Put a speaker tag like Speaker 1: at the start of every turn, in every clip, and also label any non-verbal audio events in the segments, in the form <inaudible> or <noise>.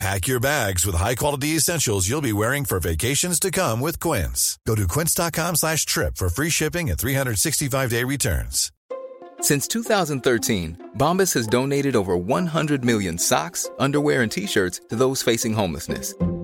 Speaker 1: Pack your bags with high-quality essentials you'll be wearing for vacations to come with Quince. Go to quince.com slash trip for free shipping and 365-day returns.
Speaker 2: Since 2013, Bombas has donated over 100 million socks, underwear, and T-shirts to those facing homelessness.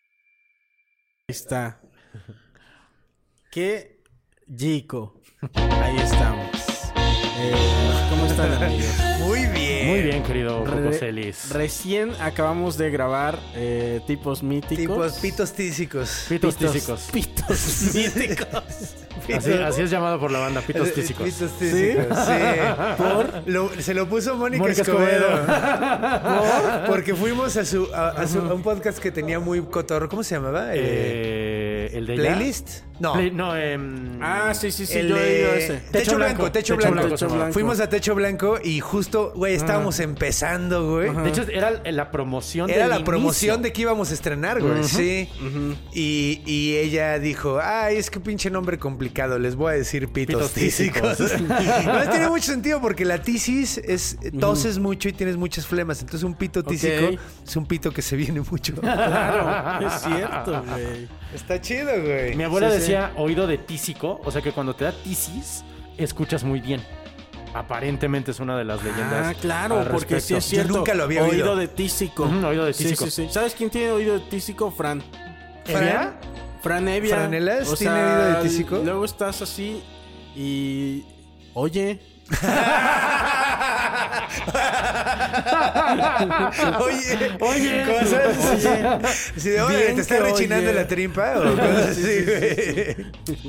Speaker 3: Ahí está. Qué chico. Ahí estamos. Eh, ¿Cómo están, amigos?
Speaker 4: <laughs>
Speaker 5: Muy bien.
Speaker 4: Muy bien, querido
Speaker 3: Eh, Re-
Speaker 4: Cocoselis.
Speaker 3: Recién acabamos de grabar eh, tipos míticos.
Speaker 5: Tipos pues, pitos tísicos. <laughs>
Speaker 4: Pitos tísicos.
Speaker 3: Pitos míticos.
Speaker 4: Así, así es llamado por la banda,
Speaker 3: Eh,
Speaker 4: pitos tísicos.
Speaker 5: Pitos tísicos, sí. Por- lo- se lo puso Mónica,
Speaker 4: Mónica
Speaker 5: Escobedo.
Speaker 4: Escobedo.
Speaker 5: <laughs> Por- Porque fuimos a su, a, a su- a un podcast que tenía muy cotorro. ¿Cómo se llamaba? Eh,
Speaker 4: Eh, ¿El de ella?
Speaker 5: ¿Playlist? No.
Speaker 4: Play- no, em,
Speaker 3: Ah, sí, sí, sí,
Speaker 5: El
Speaker 3: yo he ido a
Speaker 5: de-
Speaker 3: ese.
Speaker 5: Techo,
Speaker 4: <laughs>
Speaker 5: blanco, techo, blanco.
Speaker 3: Techo blanco.
Speaker 5: Fuimos a Techo Blanco y justo, güey, estábamos empezando, güey.
Speaker 4: De hecho, era la promoción
Speaker 5: Era
Speaker 4: del
Speaker 5: la
Speaker 4: inicio.
Speaker 5: promoción de que íbamos a estrenar, güey. Sí. y, y ella dijo, ay, es que pinche nombre complicado, les voy a decir pitos,
Speaker 4: Pitos
Speaker 5: tísicos. <laughs>
Speaker 4: <laughs>
Speaker 5: no tiene mucho sentido porque la tisis es toses mucho y tienes muchas flemas. Entonces un pito tísico
Speaker 3: Ok.
Speaker 5: es un pito que se viene
Speaker 4: <laughs>
Speaker 5: mucho.
Speaker 3: Claro, es cierto, güey.
Speaker 5: Está chido, güey.
Speaker 4: Mi abuela
Speaker 3: Sí, sí.
Speaker 4: decía oído de tísico, o sea que cuando te da tisis, escuchas muy bien. Aparentemente es una de las leyendas.
Speaker 3: Ah, claro,
Speaker 4: al
Speaker 3: porque sí
Speaker 4: respecto.
Speaker 3: es cierto.
Speaker 5: Yo nunca lo había oído.
Speaker 3: Oído de tísico.
Speaker 4: Ujú, oído de tísico.
Speaker 3: Sí, sí, sí. ¿Sabes quién tiene oído de tísico? Fran. ¿eh?
Speaker 5: ¿Fran?
Speaker 3: Fran Evia.
Speaker 5: ¿Franelas tiene oído de tísico?
Speaker 3: Luego estás así y... Oye,
Speaker 5: <laughs> Oye,
Speaker 4: Oye.
Speaker 5: cosas. Sí, de, "Oye,
Speaker 3: Bien
Speaker 5: ¿te está
Speaker 3: que
Speaker 5: rechinando
Speaker 3: oye".
Speaker 5: la tripa? O cosas así, güey.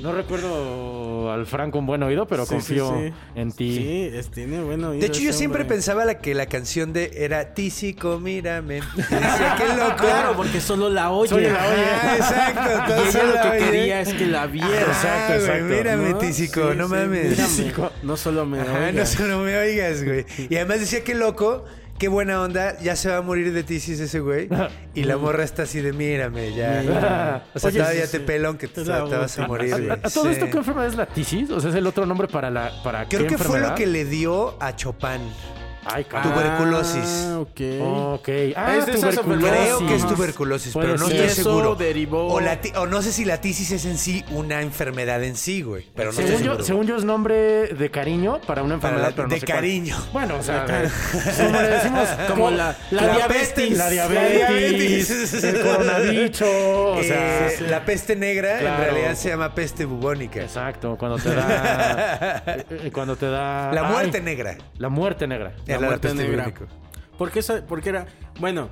Speaker 4: No recuerdo al Franco un buen oído, pero
Speaker 3: Sí,
Speaker 4: confío
Speaker 3: sí, sí.
Speaker 4: en ti. <laughs>
Speaker 3: Sí, es- tiene buen oído
Speaker 5: De hecho, yo
Speaker 3: ese
Speaker 5: siempre
Speaker 3: hombre.
Speaker 5: pensaba la- que la canción de era Tísico, <laughs> mírame. Y decía, qué loco.
Speaker 3: Ah, Claro, porque solo la oye.
Speaker 4: Solo la oye.
Speaker 3: <laughs>
Speaker 5: Ah, exacto.
Speaker 3: Y ella
Speaker 5: todo
Speaker 3: lo que
Speaker 5: solo oye.
Speaker 3: quería es que la viera.
Speaker 5: Ah,
Speaker 4: Exacto,
Speaker 5: güey,
Speaker 4: exacto.
Speaker 5: Mírame, Tísico,
Speaker 3: Sí,
Speaker 5: no
Speaker 3: sí,
Speaker 5: mames.
Speaker 3: mírame. No solo me
Speaker 5: Ajá,
Speaker 3: oiga.
Speaker 5: no solo me oigas, güey. Y además decía, qué loco, qué buena onda, ya se va a morir de tisis ese <laughs> güey. Y la morra está así de mírame, ya.
Speaker 3: Mírame.
Speaker 5: O sea,
Speaker 3: Oye,
Speaker 5: todavía
Speaker 3: sí,
Speaker 5: te
Speaker 3: sí.
Speaker 5: pelón que te,
Speaker 3: Es la
Speaker 5: te vas a
Speaker 3: última.
Speaker 5: morir, güey.
Speaker 4: ¿A, a todo
Speaker 5: Sí.
Speaker 4: esto qué enfermedad es la tisis? O sea, es el otro nombre para la para
Speaker 5: Creo
Speaker 4: qué
Speaker 5: que fue lo
Speaker 4: enfermedad?
Speaker 5: que le dio a Chopin.
Speaker 4: Ay,
Speaker 3: Ah,
Speaker 4: cabrón.
Speaker 5: tuberculosis.
Speaker 3: ok. Oh.
Speaker 4: Ok. Ah,
Speaker 3: Es de esas
Speaker 4: tuberculosis.
Speaker 3: enfermedades.
Speaker 5: Creo que es
Speaker 3: Ajá.
Speaker 5: tuberculosis,
Speaker 4: Puede
Speaker 5: pero no
Speaker 4: ser.
Speaker 5: estoy
Speaker 3: Y eso
Speaker 5: seguro.
Speaker 3: derivó-
Speaker 5: O, la ti- o no sé si la tisis es en sí una enfermedad en sí, güey. Pero no
Speaker 4: Según
Speaker 5: estoy
Speaker 4: yo,
Speaker 5: seguro.
Speaker 4: según yo es nombre de cariño para una
Speaker 5: Para
Speaker 4: enfermedad,
Speaker 5: la-
Speaker 4: pero no
Speaker 5: de
Speaker 4: sé cuál.
Speaker 5: cariño.
Speaker 4: Bueno, o sea, <laughs> como
Speaker 5: <laughs>
Speaker 4: le decimos
Speaker 3: Como la, la
Speaker 5: La
Speaker 3: diabetes.
Speaker 5: peste-
Speaker 4: la diabetes,
Speaker 5: diabetes.
Speaker 4: el coronavircho,
Speaker 5: <laughs>
Speaker 4: o
Speaker 5: Eh,
Speaker 4: sea, sí, sí.
Speaker 5: la peste negra
Speaker 4: Claro.
Speaker 5: en realidad se llama peste bubónica.
Speaker 4: exacto, cuando te da
Speaker 5: <laughs>
Speaker 4: eh, eh, cuando te da
Speaker 5: La muerte
Speaker 4: ay,
Speaker 5: negra.
Speaker 4: La muerte negra.
Speaker 5: Era la
Speaker 3: muerte
Speaker 5: peste
Speaker 3: negra.
Speaker 5: bubónica.
Speaker 3: Porque, esa- porque era... Bueno,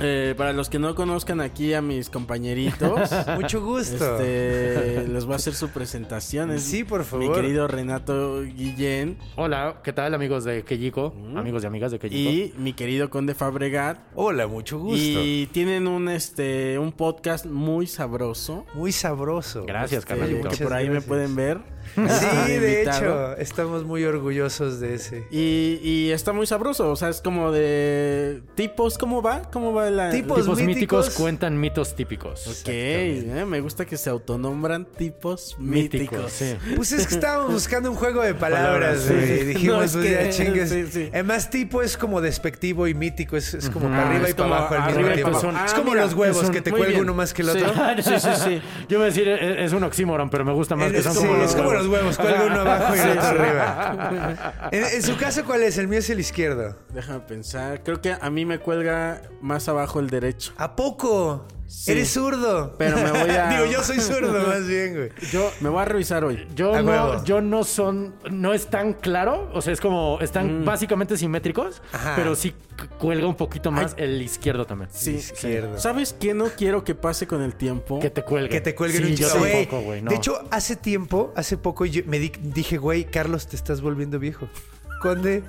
Speaker 3: eh, para los que no conozcan aquí a mis <laughs> compañeritos...
Speaker 5: Mucho gusto.
Speaker 3: <laughs> Este, les voy a hacer su presentación. Es
Speaker 5: Sí, por favor.
Speaker 3: Mi querido Renato Guillén
Speaker 4: Hola, ¿qué tal amigos de Queyico?
Speaker 5: Mm.
Speaker 4: Amigos y amigas de Queyico.
Speaker 3: y mi querido Conde Fabregat.
Speaker 5: Hola, mucho gusto.
Speaker 3: Y tienen un este un podcast muy sabroso.
Speaker 5: Muy sabroso.
Speaker 4: Gracias,
Speaker 3: eh,
Speaker 4: carnalito.
Speaker 3: que
Speaker 5: muchas
Speaker 3: por ahí me
Speaker 5: gracias.
Speaker 3: pueden ver. <laughs>
Speaker 5: Sí, de
Speaker 3: Invitado.
Speaker 5: hecho, estamos muy orgullosos de ese.
Speaker 3: Y, y está muy sabroso, o sea, es como de tipos, ¿cómo va? ¿Cómo va la
Speaker 5: Tipos
Speaker 4: Tipos míticos
Speaker 5: pues, míticos.
Speaker 4: cuentan mitos típicos.
Speaker 3: Ok, eh, me gusta que se autonombran tipos míticos.
Speaker 4: Míticos, sí.
Speaker 5: Pues es que estábamos buscando un juego de
Speaker 3: Palabras,
Speaker 5: palabras,
Speaker 3: sí,
Speaker 5: güey.
Speaker 3: sí. <laughs>
Speaker 5: Dijimos,
Speaker 3: No, es
Speaker 5: pues, ya
Speaker 3: que-
Speaker 5: chingues.
Speaker 3: sí, sí.
Speaker 5: Además, tipo es como despectivo y mítico. Es, es como
Speaker 3: Ah,
Speaker 5: para arriba
Speaker 3: es
Speaker 5: y para
Speaker 3: como
Speaker 5: abajo al mismo
Speaker 3: arriba y
Speaker 5: tiempo.
Speaker 4: para abajo.
Speaker 5: es
Speaker 3: Ah,
Speaker 5: como
Speaker 3: mira,
Speaker 5: los huevos,
Speaker 3: es un-
Speaker 5: que te
Speaker 3: muy
Speaker 5: cuelga
Speaker 3: bien. <laughs>
Speaker 5: uno más que el
Speaker 3: Sí.
Speaker 5: otro. <laughs>
Speaker 4: Sí, sí, sí. Yo voy a decir, es, es e, un oxímoron, pero me gusta más que
Speaker 5: Es,
Speaker 4: son
Speaker 5: sí,
Speaker 4: como los
Speaker 5: es como como los huevos, cuelga
Speaker 3: <laughs>
Speaker 5: uno abajo y el otro arriba. En, en su caso, ¿cuál es? El mío es el izquierdo.
Speaker 3: Déjame pensar. Creo que a mí me cuelga más abajo el derecho.
Speaker 5: ¿A poco? Eres zurdo.
Speaker 3: Pero me voy a-
Speaker 5: <laughs> Digo, yo
Speaker 3: <laughs>
Speaker 5: soy zurdo, más bien, güey.
Speaker 3: Yo me voy a revisar hoy.
Speaker 4: Yo
Speaker 5: A
Speaker 4: no,
Speaker 5: huevo.
Speaker 4: yo no son, no es tan claro, o sea, es como, están básicamente simétricos,
Speaker 5: Mm. Ajá.
Speaker 4: pero sí c- cuelga un poquito más el izquierdo también.
Speaker 3: Sí.
Speaker 5: Izquierdo.
Speaker 3: ¿Sabes qué no quiero que pase con el tiempo?
Speaker 4: Que te cuelgue.
Speaker 5: Que te cuelguen
Speaker 4: Sí,
Speaker 5: un
Speaker 4: yo
Speaker 5: chiste. Güey,
Speaker 4: tampoco, güey, no.
Speaker 5: De hecho, hace tiempo, hace poco, yo me di- dije, güey, Carlos, te estás volviendo viejo. Conde,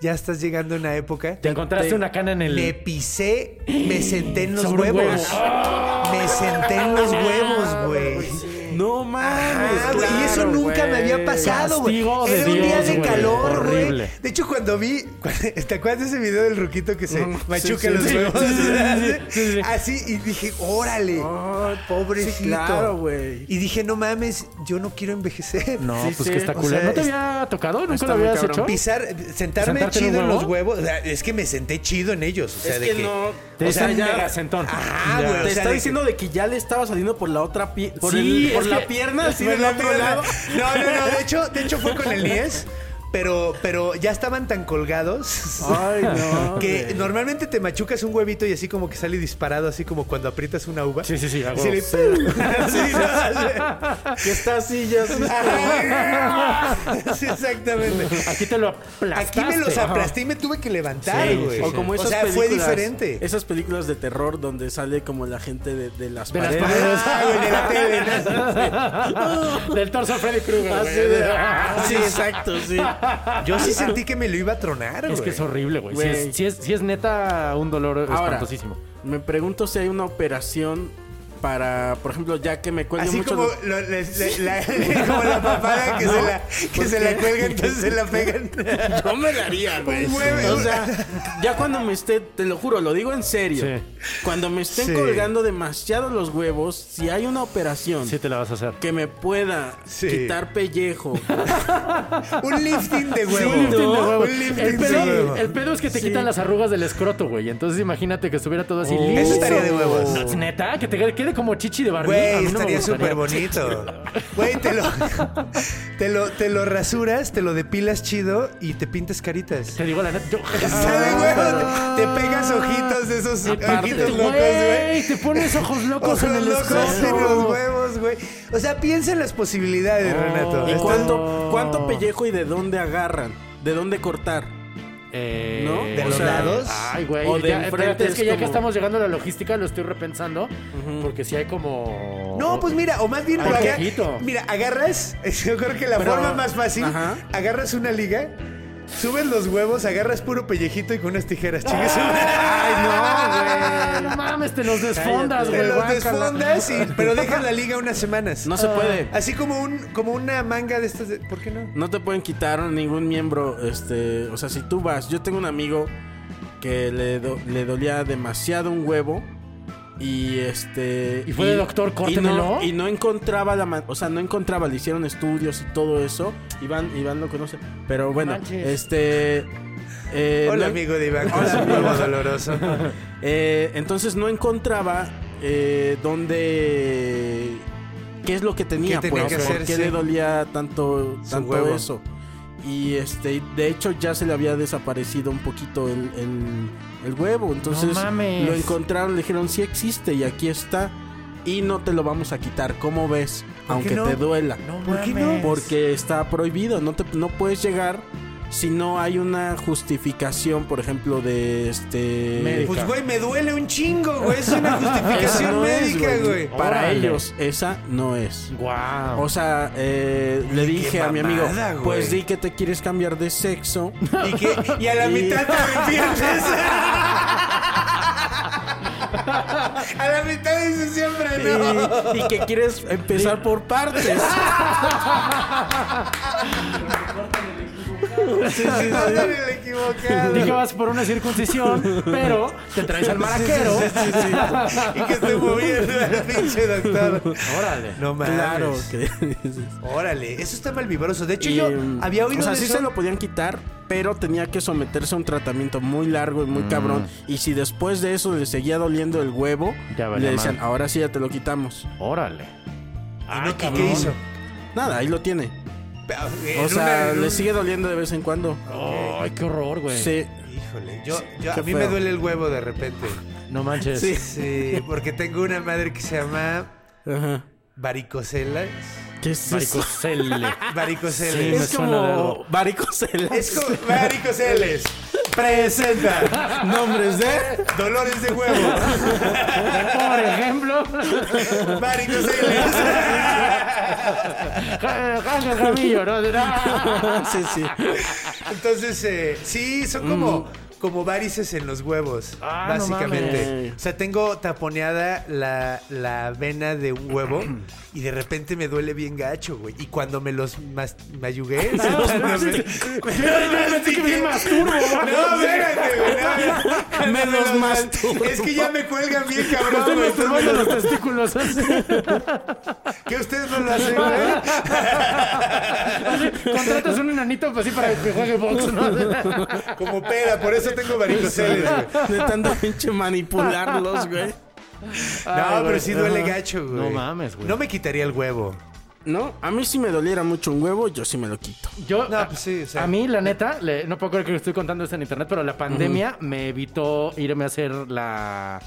Speaker 5: ya estás llegando a una época.
Speaker 4: te encontraste
Speaker 3: te-
Speaker 4: una cana en el...
Speaker 5: Me pisé, me senté en los
Speaker 4: Sobre un huevo.
Speaker 5: huevos. Me senté en los huevos, güey.
Speaker 3: No mames.
Speaker 5: Ah, güey, y eso
Speaker 3: claro,
Speaker 5: nunca me
Speaker 3: güey.
Speaker 5: había pasado, güey.
Speaker 4: Castigo de
Speaker 5: Era un día
Speaker 4: Dios,
Speaker 5: de
Speaker 4: güey.
Speaker 5: calor, güey.
Speaker 4: Horrible.
Speaker 5: De hecho, cuando vi, ¿te acuerdas de ese video del ruquito que se machuca
Speaker 3: sí,
Speaker 5: los
Speaker 3: sí,
Speaker 5: huevos?
Speaker 4: sí, sí, sí, sí.
Speaker 5: Así, y dije, órale, pobrecito.
Speaker 3: sí, claro, güey.
Speaker 5: Y dije, no mames, yo no quiero envejecer.
Speaker 4: No,
Speaker 3: Sí,
Speaker 4: pues
Speaker 3: sí,
Speaker 4: que está
Speaker 5: o
Speaker 4: culero.
Speaker 5: sea,
Speaker 4: ¿No te
Speaker 5: es-
Speaker 4: había tocado? ¿Nunca
Speaker 3: está
Speaker 4: lo
Speaker 3: muy
Speaker 4: habías
Speaker 3: cabrón.
Speaker 4: hecho?
Speaker 5: Pisar, sentarme
Speaker 4: ¿Sentarte en un
Speaker 5: chido en,
Speaker 4: huevo?
Speaker 5: los huevos, o sea, es que me senté chido en ellos. O sea,
Speaker 3: Es
Speaker 5: de
Speaker 3: que
Speaker 5: que,
Speaker 3: no-
Speaker 4: Te
Speaker 5: o sea,
Speaker 4: dicen
Speaker 3: ya-
Speaker 4: megacentón.
Speaker 5: Ajá,
Speaker 4: Ya.
Speaker 5: güey. o
Speaker 3: Te
Speaker 5: sea,
Speaker 3: está
Speaker 5: de
Speaker 3: diciendo de que ya le estaba saliendo por la otra pie- por,
Speaker 4: Sí,
Speaker 3: el- por
Speaker 4: es
Speaker 3: la
Speaker 4: que-
Speaker 3: pierna, así
Speaker 5: Fue
Speaker 3: del
Speaker 5: la
Speaker 3: otro
Speaker 5: pierna.
Speaker 3: lado.
Speaker 5: No, no, no. De hecho, de hecho fue con el 10. Pero, pero ya estaban tan colgados
Speaker 3: Ay,
Speaker 5: <laughs>
Speaker 3: no.
Speaker 5: que
Speaker 3: güey.
Speaker 5: normalmente te machucas un huevito y así como que sale disparado, así como cuando aprietas una uva.
Speaker 4: Sí, sí, sí, a
Speaker 5: Y se le-
Speaker 4: huevo.
Speaker 5: <laughs> Sí, no,
Speaker 3: Que está así ya
Speaker 5: <laughs>
Speaker 3: así.
Speaker 5: sí. Sí, exactamente. <laughs>
Speaker 4: Aquí te lo aplastaste.
Speaker 5: Aquí me los
Speaker 4: Ajá.
Speaker 5: aplasté y me tuve que levantar,
Speaker 4: Sí,
Speaker 5: güey.
Speaker 4: sí,
Speaker 3: O como
Speaker 5: o
Speaker 3: esas
Speaker 5: sea, fue
Speaker 3: películas-
Speaker 5: diferente.
Speaker 3: Esas películas de terror donde sale como la gente de, de las
Speaker 4: De las
Speaker 3: paredes.
Speaker 4: paredes.
Speaker 5: <laughs> Ah, güey, de la tele, <laughs> ¿no? <laughs>
Speaker 4: <laughs> Del torso de Freddy Krueger.
Speaker 3: Así
Speaker 4: güey.
Speaker 3: de- ah, sí, exacto, sí.
Speaker 5: Yo sí sentí que me lo iba a tronar, güey.
Speaker 4: Es que es horrible, güey. Sí
Speaker 3: Güey.
Speaker 4: es, sí es- sí es neta un dolor
Speaker 3: Ahora,
Speaker 4: espantosísimo.
Speaker 3: me pregunto si hay una operación para, por ejemplo, ya que me cuelgue
Speaker 5: Así
Speaker 3: mucho.
Speaker 5: como, lo- le- le- la, <laughs> como la <laughs> papada que se la, que
Speaker 3: ¿Por
Speaker 5: se la
Speaker 3: qué?
Speaker 5: cuelga, entonces se la pegan. <laughs>
Speaker 3: <laughs> Yo me la haría, güey.
Speaker 5: Un huevo.
Speaker 3: O sea, ya cuando me esté, te lo juro, lo digo en serio.
Speaker 4: Sí.
Speaker 3: Cuando me estén
Speaker 5: Sí.
Speaker 3: colgando demasiado los huevos, si hay una operación
Speaker 4: Sí te la vas a hacer.
Speaker 3: que me pueda
Speaker 5: Sí.
Speaker 3: quitar
Speaker 5: <laughs>
Speaker 3: pellejo,
Speaker 5: Un lifting de huevo.
Speaker 3: un lifting de
Speaker 4: huevo.
Speaker 5: Un lifting
Speaker 4: El
Speaker 5: de
Speaker 4: pedo,
Speaker 5: huevo.
Speaker 4: el pedo es que te
Speaker 3: Sí.
Speaker 4: quitan las arrugas del escroto, güey. Entonces imagínate que estuviera todo así liso.
Speaker 5: Oh. Eso estaría de huevos.
Speaker 4: No, Neta, que te quede como chichi de Barbie. A mí
Speaker 5: Güey,
Speaker 4: no me
Speaker 5: estaría
Speaker 4: gustaría.
Speaker 5: súper bonito. Güey, te lo, te, lo, te lo rasuras, te lo depilas chido y te pintas caritas. <laughs>
Speaker 4: Te digo la neta, yo...
Speaker 5: Sale, huevo. Te pegas ojitos de esos
Speaker 3: Aparte,
Speaker 5: ojitos locos, güey.
Speaker 4: Güey, te pones ojos locos
Speaker 5: Ojos
Speaker 4: en el
Speaker 5: locos en los
Speaker 4: escroto.
Speaker 5: huevos, güey. O sea, piensa en las posibilidades,
Speaker 4: Oh.
Speaker 5: Renato.
Speaker 3: ¿y
Speaker 5: Estás-
Speaker 3: cuánto, cuánto pellejo y de dónde agarran? ¿De dónde cortar?
Speaker 4: Eh,
Speaker 3: ¿No? ¿De
Speaker 5: los lados?
Speaker 4: Ay, güey.
Speaker 3: O de
Speaker 4: ya,
Speaker 3: enfrente
Speaker 4: espérate, es que
Speaker 3: es
Speaker 4: ya que
Speaker 3: como-
Speaker 4: estamos llegando a la logística, lo estoy repensando. Porque si hay como.
Speaker 3: Oh,
Speaker 5: No, pues mira, o más bien
Speaker 4: Ay,
Speaker 5: lo aga-
Speaker 4: poquito.
Speaker 5: Mira, agarras, <laughs> yo creo que la
Speaker 3: Pero-
Speaker 5: forma más fácil,
Speaker 3: Ajá.
Speaker 5: agarras una liga, subes los huevos, agarras puro pellejito y con unas tijeras, chingas. <laughs>
Speaker 4: Ay, no, güey. No mames, te los desfondas,
Speaker 3: Cállate.
Speaker 5: Te
Speaker 4: güey.
Speaker 5: los
Speaker 4: guácala.
Speaker 5: desfondas y- pero dejas la liga unas semanas. Ah,
Speaker 3: No se puede.
Speaker 5: Así como un como una manga de estas, de- ¿por qué no?
Speaker 3: No te pueden quitar ningún miembro, este, o sea, si tú vas, yo tengo un amigo que le, do- le dolía demasiado un huevo y este
Speaker 4: ¿Y fue de doctor,
Speaker 3: y no,
Speaker 4: córtemelo?
Speaker 3: y no encontraba la, ma- o sea, no encontraba, le hicieron estudios y todo eso. Iván Iván lo conoce, pero bueno,
Speaker 4: manches.
Speaker 3: este eh,
Speaker 5: Hola
Speaker 3: no-
Speaker 5: amigo de Iván, con su huevo doloroso.
Speaker 3: eh, entonces no encontraba eh, dónde. ¿Qué es lo que tenía?
Speaker 5: ¿Qué tenía
Speaker 3: pues,
Speaker 5: que
Speaker 3: ¿Por
Speaker 5: hacer,
Speaker 3: qué
Speaker 5: sí?
Speaker 3: le dolía tanto,
Speaker 5: Su
Speaker 3: tanto
Speaker 5: huevo.
Speaker 3: eso? Y este, de hecho ya se le había desaparecido un poquito el, el- el huevo. Entonces
Speaker 4: mames.
Speaker 3: lo encontraron, le dijeron, sí existe y aquí está. Y no te lo vamos a quitar, ¿cómo ves?
Speaker 5: ¿Por
Speaker 3: Aunque
Speaker 5: qué no?
Speaker 3: te duela.
Speaker 4: No
Speaker 5: ¿Por qué
Speaker 4: mames.
Speaker 5: no?
Speaker 3: Porque está prohibido, no, te, no puedes llegar si no hay una justificación, por ejemplo, de este...
Speaker 4: Médica.
Speaker 5: Pues güey, me duele un chingo, güey, es una justificación
Speaker 3: <laughs> Esa no es,
Speaker 5: médica, güey.
Speaker 3: Para
Speaker 4: Órale.
Speaker 3: ellos, esa no es.
Speaker 4: Guau.
Speaker 3: O sea, eh, le dije a mi amigo,
Speaker 5: mamada, güey.
Speaker 3: pues di que te quieres cambiar de
Speaker 5: <laughs>
Speaker 3: sexo.
Speaker 5: Y, que, y a la
Speaker 3: Y-
Speaker 5: mitad
Speaker 3: <laughs>
Speaker 5: te arrepientes. a la mitad dices siempre no. Ah,
Speaker 3: Y, y que quieres empezar por partes.
Speaker 5: Estás en el equivocado.
Speaker 4: Dije vas por una circuncisión, pero te traes al maraquero.
Speaker 5: Sí, sí, sí, sí. <laughs> Y que estoy moviendo al pinche doctor.
Speaker 4: Órale.
Speaker 5: No mames.
Speaker 3: claro. que- <laughs>
Speaker 5: Órale, eso está malvibroso. De hecho,
Speaker 3: y,
Speaker 5: yo
Speaker 3: mm,
Speaker 5: había oído
Speaker 3: O sea,
Speaker 5: de
Speaker 3: sí
Speaker 5: eso.
Speaker 3: se lo podían quitar, pero tenía que someterse a un tratamiento muy largo y muy
Speaker 5: Mm.
Speaker 3: cabrón. Y si después de eso le seguía doliendo el huevo,
Speaker 4: Ya valía
Speaker 3: le decían,
Speaker 4: madre.
Speaker 3: ahora sí ya te lo quitamos.
Speaker 4: Órale.
Speaker 5: ¿Y no,
Speaker 4: Ay,
Speaker 5: Ah, ¿qué- ¿Qué
Speaker 4: cabrón.
Speaker 5: hizo?
Speaker 3: Nada, ahí lo tiene. O
Speaker 5: En una-
Speaker 3: sea,
Speaker 5: en un-
Speaker 3: le sigue doliendo de vez en cuando.
Speaker 4: Ay, qué horror, güey.
Speaker 3: Sí. <laughs>
Speaker 5: Híjole, yo, yo- a
Speaker 3: Qué
Speaker 5: mí
Speaker 3: feo.
Speaker 5: me duele el huevo de repente.
Speaker 4: No manches.
Speaker 3: Sí.
Speaker 5: Sí, porque tengo una madre que se llama
Speaker 3: Ajá.
Speaker 5: Varicocelas.
Speaker 3: ¿Qué es eso?
Speaker 5: <laughs>
Speaker 4: Varicocele.
Speaker 3: Es
Speaker 5: Varicoceles.
Speaker 4: Sí, me suena de
Speaker 3: como
Speaker 4: algo.
Speaker 3: varicocela.
Speaker 5: es como Varicoceles. Presenta
Speaker 3: nombres de
Speaker 5: dolores de huevo.
Speaker 4: Por ejemplo,
Speaker 5: Varicoceles.
Speaker 4: Ángel Ramillo, ¿no? "Ah,
Speaker 3: Sí, sí.
Speaker 5: Entonces, eh, sí, son como, como varices en los huevos,
Speaker 4: Ah, no
Speaker 5: básicamente.
Speaker 3: mames.
Speaker 5: o sea, tengo taponeada la, la vena de un huevo y de repente me duele bien gacho, güey. Y cuando me los mas- mayugué, se los mames-
Speaker 4: me masturbo,
Speaker 5: No, espérate, güey. no, no.
Speaker 3: Me los masturbo.
Speaker 5: Es que ya me cuelgan bien, cabrón.
Speaker 4: Estoy
Speaker 5: güey.
Speaker 4: masturbando los
Speaker 5: <laughs>
Speaker 4: testículos.
Speaker 5: Que ustedes no lo hacen, güey.
Speaker 4: Contratas un enanito pues, así para que juegue
Speaker 5: <laughs>
Speaker 4: box, ¿no?
Speaker 5: Como pera, por eso tengo varicoceles, güey.
Speaker 3: De tanto pinche manipularlos, güey.
Speaker 5: No, pero
Speaker 4: güey.
Speaker 5: sí duele
Speaker 3: Ajá.
Speaker 5: gacho, güey.
Speaker 4: No mames, güey.
Speaker 5: No me quitaría el huevo.
Speaker 3: No, a mí si me doliera mucho un huevo, yo sí me lo quito.
Speaker 4: Yo,
Speaker 5: No,
Speaker 4: a-
Speaker 5: pues sí, o sea.
Speaker 4: a mí, la neta, le- no puedo creer que estoy contando esto en internet, pero la pandemia me evitó irme a hacer la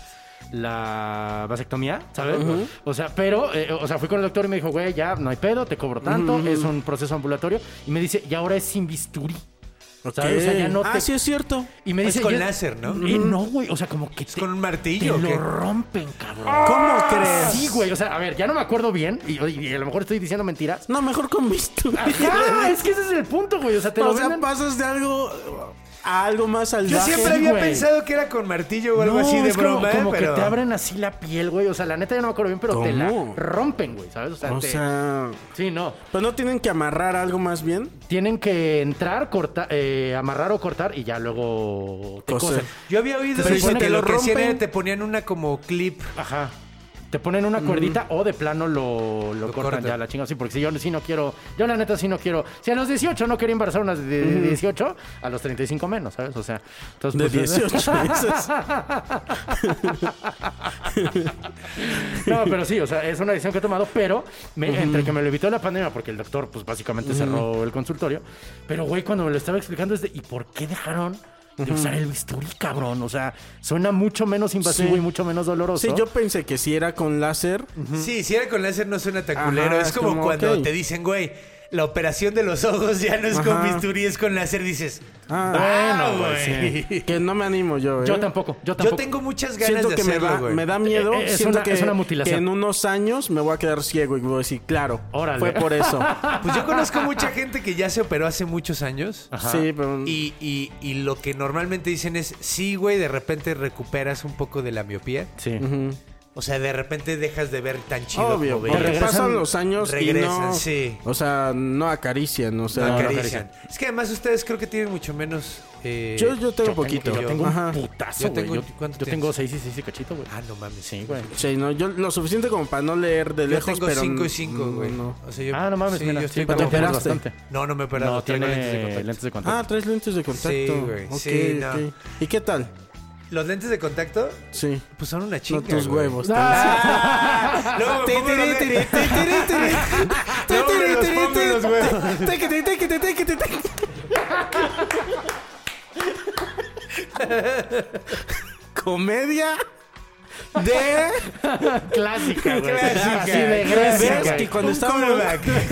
Speaker 4: la vasectomía, ¿sabes? O sea, pero, eh, o sea, fui con el doctor y me dijo, güey, ya no hay pedo, te cobro tanto, es un proceso ambulatorio. Y me dice, y ahora es sin bisturí. ¿Sabes? O sea, ya no
Speaker 3: ah,
Speaker 4: te-
Speaker 3: sí es cierto.
Speaker 4: Y me
Speaker 5: Es
Speaker 4: dice.
Speaker 5: con
Speaker 4: yo-
Speaker 5: láser, ¿no?
Speaker 4: Eh, no, güey. O sea, como que. te-
Speaker 5: con un
Speaker 4: Te
Speaker 5: martillo, ¿o qué?
Speaker 4: lo rompen, cabrón.
Speaker 3: ¿Cómo crees?
Speaker 4: Sí, güey. O sea, a ver, ya no me acuerdo bien. Y, y a lo mejor estoy
Speaker 5: <laughs>
Speaker 4: diciendo mentiras.
Speaker 3: No, mejor con bisturí.
Speaker 4: Ajá, <laughs> es que ese es el punto, güey. O sea, te lo
Speaker 3: O sea,
Speaker 4: venden.
Speaker 3: pasas de algo a algo más salvaje.
Speaker 5: Yo siempre había
Speaker 4: güey.
Speaker 5: pensado que era con martillo o algo
Speaker 4: No,
Speaker 5: así de
Speaker 4: es como-
Speaker 5: broma, ¿eh?
Speaker 4: como,
Speaker 5: pero.
Speaker 4: que te abren así la piel, güey. O sea, la neta yo no me acuerdo bien, pero te
Speaker 3: ¿Cómo?
Speaker 4: la rompen, güey, ¿sabes? O sea,
Speaker 3: O
Speaker 4: te-
Speaker 3: sea,
Speaker 4: sí, no.
Speaker 3: pues no tienen que amarrar algo más bien.
Speaker 4: Tienen que entrar, cortar, eh, amarrar o cortar y ya luego te
Speaker 3: Coser.
Speaker 4: cosen.
Speaker 5: Yo había oído
Speaker 4: Se
Speaker 5: que
Speaker 4: supone
Speaker 5: te
Speaker 4: que
Speaker 5: lo
Speaker 4: lo
Speaker 5: que hacían
Speaker 4: rompen.
Speaker 5: era te ponían una como clip.
Speaker 4: Ajá. Te ponen una cuerdita o de plano lo, lo cortan
Speaker 5: cortan.
Speaker 4: ya la chinga. Sí, porque si yo sí no quiero, yo la neta sí no quiero. Si a los 18 no quería embarazar unas de 18, a los 35 menos, ¿sabes? O sea, entonces,
Speaker 3: De
Speaker 4: pues,
Speaker 3: 18 veces.
Speaker 4: <laughs> No, pero sí, o sea, es una decisión que he tomado, pero me- entre que me lo evitó la pandemia, porque el doctor, pues básicamente cerró el consultorio. Pero, güey, cuando me lo estaba explicando, es de, ¿y por qué dejaron de usar el bisturí, cabrón? O sea, suena mucho menos invasivo
Speaker 3: Sí.
Speaker 4: y mucho menos doloroso.
Speaker 3: Sí, yo pensé que si era con láser.
Speaker 5: Sí, si era con láser no suena tan
Speaker 3: Ajá,
Speaker 5: culero. es
Speaker 3: es
Speaker 5: como,
Speaker 3: como,
Speaker 5: cuando
Speaker 3: ok.
Speaker 5: te dicen, güey, la operación de los ojos ya no es con
Speaker 3: Ajá.
Speaker 5: bisturí, es con láser. Dices,
Speaker 3: Ah,
Speaker 5: ah,
Speaker 4: bueno,
Speaker 5: güey.
Speaker 4: pues,
Speaker 3: que no me animo yo. ¿eh?
Speaker 4: Yo tampoco, yo
Speaker 5: Yo
Speaker 4: tampoco.
Speaker 5: tengo muchas ganas
Speaker 3: Siento
Speaker 5: de
Speaker 3: que me
Speaker 5: hacerlo,
Speaker 3: da,
Speaker 5: güey.
Speaker 3: me da miedo.
Speaker 4: Eh, eh, es
Speaker 3: Siento
Speaker 4: una-
Speaker 3: que,
Speaker 4: es una mutilación.
Speaker 3: que en unos años me voy a quedar ciego y voy a decir, claro,
Speaker 4: Órale.
Speaker 3: fue por eso.
Speaker 4: <laughs>
Speaker 5: Pues yo conozco mucha gente que ya se operó hace muchos
Speaker 4: <laughs>
Speaker 5: años.
Speaker 3: Sí, pero
Speaker 5: Y, y- y lo que normalmente dicen es, sí, güey, de repente recuperas un poco de la miopía.
Speaker 4: Sí.
Speaker 5: O sea, de repente dejas de ver tan chido
Speaker 3: obvio,
Speaker 5: como
Speaker 3: porque
Speaker 5: veías.
Speaker 4: regresan-
Speaker 3: pasan los años y
Speaker 5: regresan,
Speaker 3: no,
Speaker 5: sí.
Speaker 3: o sea, no acarician, o sea,
Speaker 5: No, acarician. Es que además ustedes creo que tienen mucho menos. eh,
Speaker 3: Yo, yo tengo
Speaker 5: choque
Speaker 3: poquito.
Speaker 5: que
Speaker 4: Yo
Speaker 5: yo.
Speaker 4: tengo
Speaker 3: Ajá.
Speaker 4: un putazo,
Speaker 5: Yo
Speaker 4: güey.
Speaker 5: tengo-
Speaker 4: Yo,
Speaker 5: ¿cuánto
Speaker 4: yo tengo
Speaker 5: tienes?
Speaker 4: 6 y 6 y cachito, güey.
Speaker 5: Ah, no mames.
Speaker 4: Sí, güey.
Speaker 3: Sí, no, yo lo suficiente como para no leer de
Speaker 5: Yo
Speaker 3: lejos,
Speaker 5: tengo
Speaker 3: pero
Speaker 5: 5 y
Speaker 3: no,
Speaker 5: 5, güey.
Speaker 3: no.
Speaker 5: O sea, yo-
Speaker 4: ah, no mames,
Speaker 5: sí,
Speaker 4: mira.
Speaker 5: yo
Speaker 4: sí,
Speaker 5: estoy
Speaker 4: pero
Speaker 5: como-
Speaker 4: te operas
Speaker 3: operaste.
Speaker 4: bastante.
Speaker 5: No, no me he operado.
Speaker 4: No,
Speaker 5: traigo
Speaker 4: tiene
Speaker 5: lentes de contacto.
Speaker 4: lentes de contacto.
Speaker 3: Ah, tres lentes de contacto.
Speaker 5: Sí, güey,
Speaker 3: Ok,
Speaker 5: sí, no.
Speaker 3: ok. ¿Y qué tal?
Speaker 5: Los lentes de contacto,
Speaker 3: Sí.
Speaker 5: pues son una
Speaker 3: No
Speaker 5: chinga.
Speaker 3: tus
Speaker 5: güey.
Speaker 3: huevos.
Speaker 5: Ah, luego me
Speaker 3: Te-
Speaker 5: pongo los
Speaker 3: te-
Speaker 5: lentes-
Speaker 3: te- te- te- te-
Speaker 5: <laughs> luego me los pongo en los huevos.
Speaker 3: Téquete, téquete, téquete, téquete. Comedia de
Speaker 4: Ah, Clásica, güey.
Speaker 5: Clásica.
Speaker 4: Sí, de
Speaker 3: ¿Ves
Speaker 4: Grecia.
Speaker 3: que
Speaker 4: güey.
Speaker 3: cuando
Speaker 5: Un
Speaker 3: estábamos,
Speaker 5: callback.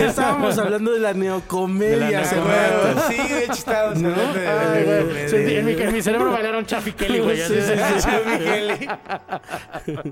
Speaker 3: <laughs> estábamos hablando de la neocomedia
Speaker 4: De la
Speaker 3: hace
Speaker 4: neocomedia.
Speaker 3: rato.
Speaker 5: Huevos. Ah, Sí, de hecho estábamos hablando de-
Speaker 4: Ay,
Speaker 5: de-
Speaker 4: güey.
Speaker 5: de-
Speaker 4: Sí,
Speaker 5: de-
Speaker 4: en, mi, en mi cerebro bailaron Chaffy Kelly, güey.
Speaker 3: Sí, sí, sí,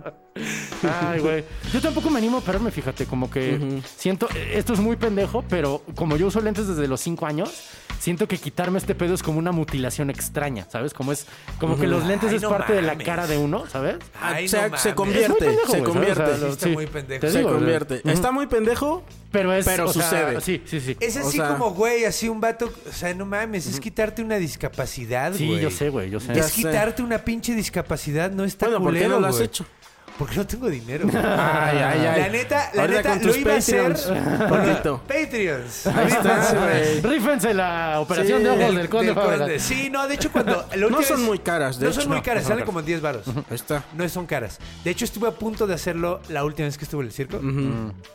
Speaker 5: <laughs>
Speaker 4: Ay, güey. Yo tampoco me animo a operarme, fíjate, como que siento, esto es muy pendejo, pero como yo uso lentes desde los 5 años, siento que quitarme este pedo es como una mutilación extraña, ¿sabes? Como es, como que los lentes
Speaker 5: Ay,
Speaker 4: es
Speaker 5: no
Speaker 4: parte de la
Speaker 5: mames.
Speaker 4: cara de uno, ¿sabes?
Speaker 5: Ay,
Speaker 3: O sea, se
Speaker 5: no mames.
Speaker 4: Es muy
Speaker 3: convierte,
Speaker 4: pendejo,
Speaker 3: se
Speaker 4: güey, ¿sabes? O sea,
Speaker 3: convierte.
Speaker 4: lo-
Speaker 5: está muy pendejo.
Speaker 4: te
Speaker 5: Se
Speaker 3: Se
Speaker 4: digo,
Speaker 3: convierte. Está muy pendejo.
Speaker 4: Pero es.
Speaker 3: Pero
Speaker 4: o sea,
Speaker 3: sucede.
Speaker 4: sí, sí, sí.
Speaker 5: Es así
Speaker 3: O sea-
Speaker 5: como, güey, así un vato. O sea, no mames, es quitarte una discapacidad,
Speaker 4: Sí,
Speaker 5: güey.
Speaker 4: yo sé, güey, yo sé.
Speaker 5: Es
Speaker 3: sé.
Speaker 5: quitarte una pinche discapacidad, no está
Speaker 3: Bueno, ¿por qué
Speaker 5: culero,
Speaker 3: no lo has
Speaker 5: güey.
Speaker 3: hecho?
Speaker 5: Porque no tengo dinero.
Speaker 3: Ay, ay, ay.
Speaker 5: La neta, la
Speaker 3: Ahorita
Speaker 5: neta,
Speaker 3: con
Speaker 5: lo
Speaker 3: tus
Speaker 5: iba a hacer.
Speaker 3: Patreons.
Speaker 5: por los
Speaker 3: Poquito. <laughs>
Speaker 5: Patreons.
Speaker 3: Ahí está, güey.
Speaker 4: Rífense la operación
Speaker 3: Sí,
Speaker 4: de ojos
Speaker 3: del-
Speaker 4: del
Speaker 5: Del
Speaker 4: conde Fabregas.
Speaker 5: Sí, no, de hecho, cuando. la última
Speaker 3: son
Speaker 5: vez-
Speaker 3: muy caras, de
Speaker 5: No
Speaker 3: hecho,
Speaker 5: son muy
Speaker 3: no,
Speaker 5: caras,
Speaker 3: no son
Speaker 5: salen
Speaker 3: caras.
Speaker 5: como en 10 varos.
Speaker 3: Ahí está.
Speaker 5: No son caras. De hecho, estuve a punto de hacerlo la última vez que estuve en el circo.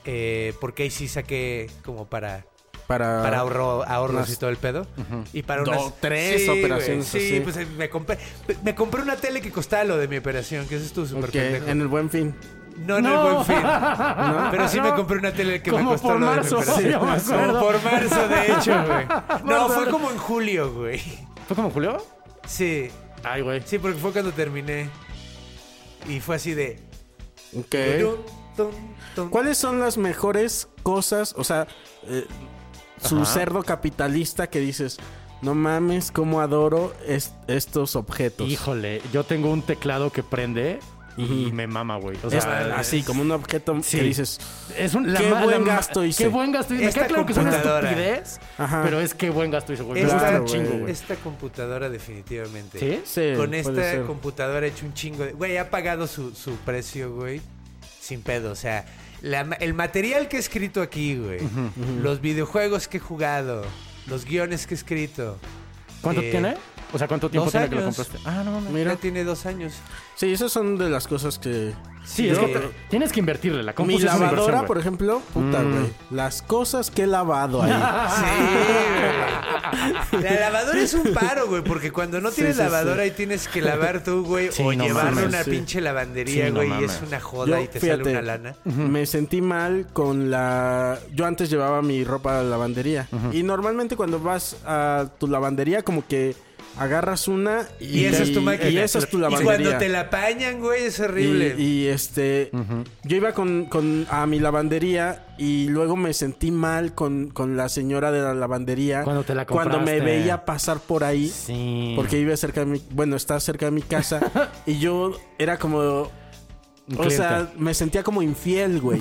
Speaker 5: eh, porque ahí sí saqué como para
Speaker 3: Para,
Speaker 5: para ahorro, ahorros
Speaker 3: unas-
Speaker 5: y todo el pedo. Y para
Speaker 3: Ah. Dos,
Speaker 5: unas...
Speaker 3: tres
Speaker 5: güey,
Speaker 3: operaciones
Speaker 5: Sí,
Speaker 3: así.
Speaker 5: pues eh, me compré, me compré una tele que costaba lo de mi operación, que eso estuvo súper
Speaker 3: Ok,
Speaker 5: pendejo.
Speaker 3: en el buen fin.
Speaker 5: No, en el buen fin.
Speaker 4: <laughs>
Speaker 5: Pero sí me compré una tele que me
Speaker 4: Ah, Como
Speaker 5: costó
Speaker 4: por
Speaker 5: lo de mi
Speaker 4: marzo,
Speaker 5: operación.
Speaker 4: yo me acuerdo.
Speaker 5: Como por marzo, de hecho,
Speaker 4: <laughs>
Speaker 5: güey. No, fue como en julio, güey.
Speaker 4: ¿Fue como en Julio?
Speaker 5: Sí,
Speaker 4: Ay, güey.
Speaker 5: sí, porque fue cuando terminé. Y fue así de...
Speaker 3: Ok.
Speaker 5: tun, tun, tun.
Speaker 3: ¿Cuáles son las mejores cosas? O sea, eh, su cerdo capitalista que dices, no mames, cómo adoro es- estos objetos.
Speaker 4: Híjole, yo tengo un teclado que prende y me mama, güey. O sea,
Speaker 3: Es- así, como un objeto
Speaker 4: sí.
Speaker 3: que dices.
Speaker 4: Es un,
Speaker 3: Qué
Speaker 4: ma-
Speaker 3: buen
Speaker 4: ma-
Speaker 3: gasto hice.
Speaker 4: Qué buen gasto hice. Me
Speaker 5: Esta
Speaker 4: queda claro que es una
Speaker 5: computadora.
Speaker 4: estupidez,
Speaker 3: Ajá.
Speaker 4: pero es que buen gasto hice, güey. Me
Speaker 5: Esta,
Speaker 4: gusta
Speaker 3: Claro,
Speaker 4: un chingo, güey.
Speaker 5: esta computadora definitivamente.
Speaker 4: ¿Sí?
Speaker 3: Sí,
Speaker 5: con
Speaker 3: puede
Speaker 4: este
Speaker 5: esta
Speaker 3: ser.
Speaker 5: computadora he hecho un chingo de... Güey, ha pagado su, su precio, güey. Sin pedo, o sea, la ma- el material que he escrito aquí, güey. Los videojuegos que he jugado. Los guiones que he escrito.
Speaker 4: ¿Cuánto
Speaker 5: Eh,
Speaker 4: tiene? O sea, ¿cuánto tiempo
Speaker 5: dos
Speaker 4: tiene que lo
Speaker 5: años.
Speaker 4: compraste? Ah, no mames.
Speaker 5: Mira.
Speaker 3: Mira.
Speaker 5: Ya tiene dos años.
Speaker 3: Sí, esas son de las cosas que.
Speaker 4: Sí, es
Speaker 3: Yo-
Speaker 4: que te- tienes que invertirle. La compu
Speaker 3: Mi
Speaker 4: sí es una inversión,
Speaker 3: lavadora,
Speaker 4: güey.
Speaker 3: por ejemplo, puta,
Speaker 5: Mm.
Speaker 3: güey. Las cosas que he lavado
Speaker 5: <laughs>
Speaker 3: ahí.
Speaker 5: Sí, güey. Ah, La lavadora es un paro, güey, porque cuando no tienes
Speaker 3: sí,
Speaker 5: lavadora y tienes que lavar tú, güey,
Speaker 4: Sí,
Speaker 5: o
Speaker 4: no
Speaker 5: llevarlo
Speaker 4: mames,
Speaker 5: a una
Speaker 3: sí.
Speaker 5: pinche lavandería,
Speaker 4: Sí, no
Speaker 5: güey, y
Speaker 4: mames.
Speaker 5: es una joda
Speaker 3: Yo,
Speaker 5: y te
Speaker 3: fíjate,
Speaker 5: sale una lana.
Speaker 3: Me sentí mal con la. Yo antes llevaba mi ropa a la lavandería. Y normalmente cuando vas a tu lavandería, como que agarras una y,
Speaker 5: Y, esa es tu máquina.
Speaker 3: Y esa es tu
Speaker 5: Y
Speaker 3: lavandería.
Speaker 5: cuando te la apañan, güey, es horrible.
Speaker 3: Y, y, este, yo iba con, con- a mi lavandería y luego me sentí mal con, con la señora de la lavandería.
Speaker 4: Cuando te la
Speaker 3: Cuando me
Speaker 4: compraste.
Speaker 3: veía pasar por ahí.
Speaker 4: Sí.
Speaker 3: Porque iba cerca de mi, bueno, está cerca de mi casa.
Speaker 4: <laughs>
Speaker 3: y yo era como,
Speaker 4: Un
Speaker 3: o sea,
Speaker 4: cliente.
Speaker 3: me sentía como infiel,
Speaker 4: <laughs>
Speaker 3: güey.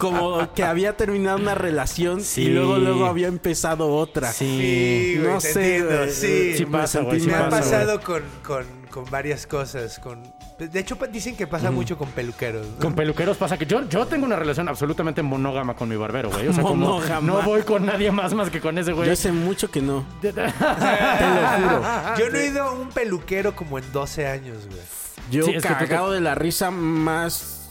Speaker 3: Como que había terminado una relación
Speaker 4: Sí.
Speaker 3: y luego luego había empezado otra.
Speaker 4: Sí.
Speaker 5: Sí, güey,
Speaker 3: No
Speaker 5: te
Speaker 3: sé,
Speaker 5: entiendo,
Speaker 3: güey.
Speaker 5: sí.
Speaker 4: Sí pasa, güey, sí
Speaker 5: me ha
Speaker 4: pasa,
Speaker 5: pasado con, con, con varias cosas. Con, de hecho, pa- dicen que pasa mucho con peluqueros. ¿no?
Speaker 4: Con peluqueros pasa que yo, yo tengo una relación absolutamente monógama con mi barbero, güey. O sea, como
Speaker 3: Monógama.
Speaker 4: no voy con nadie más más que con ese güey.
Speaker 3: Yo hace mucho que
Speaker 5: <laughs>
Speaker 3: no.
Speaker 5: Yo no he ido a un peluquero como en 12 años, güey.
Speaker 3: Yo
Speaker 4: Sí, es que tú te-
Speaker 3: cagado de la risa más
Speaker 4: <laughs>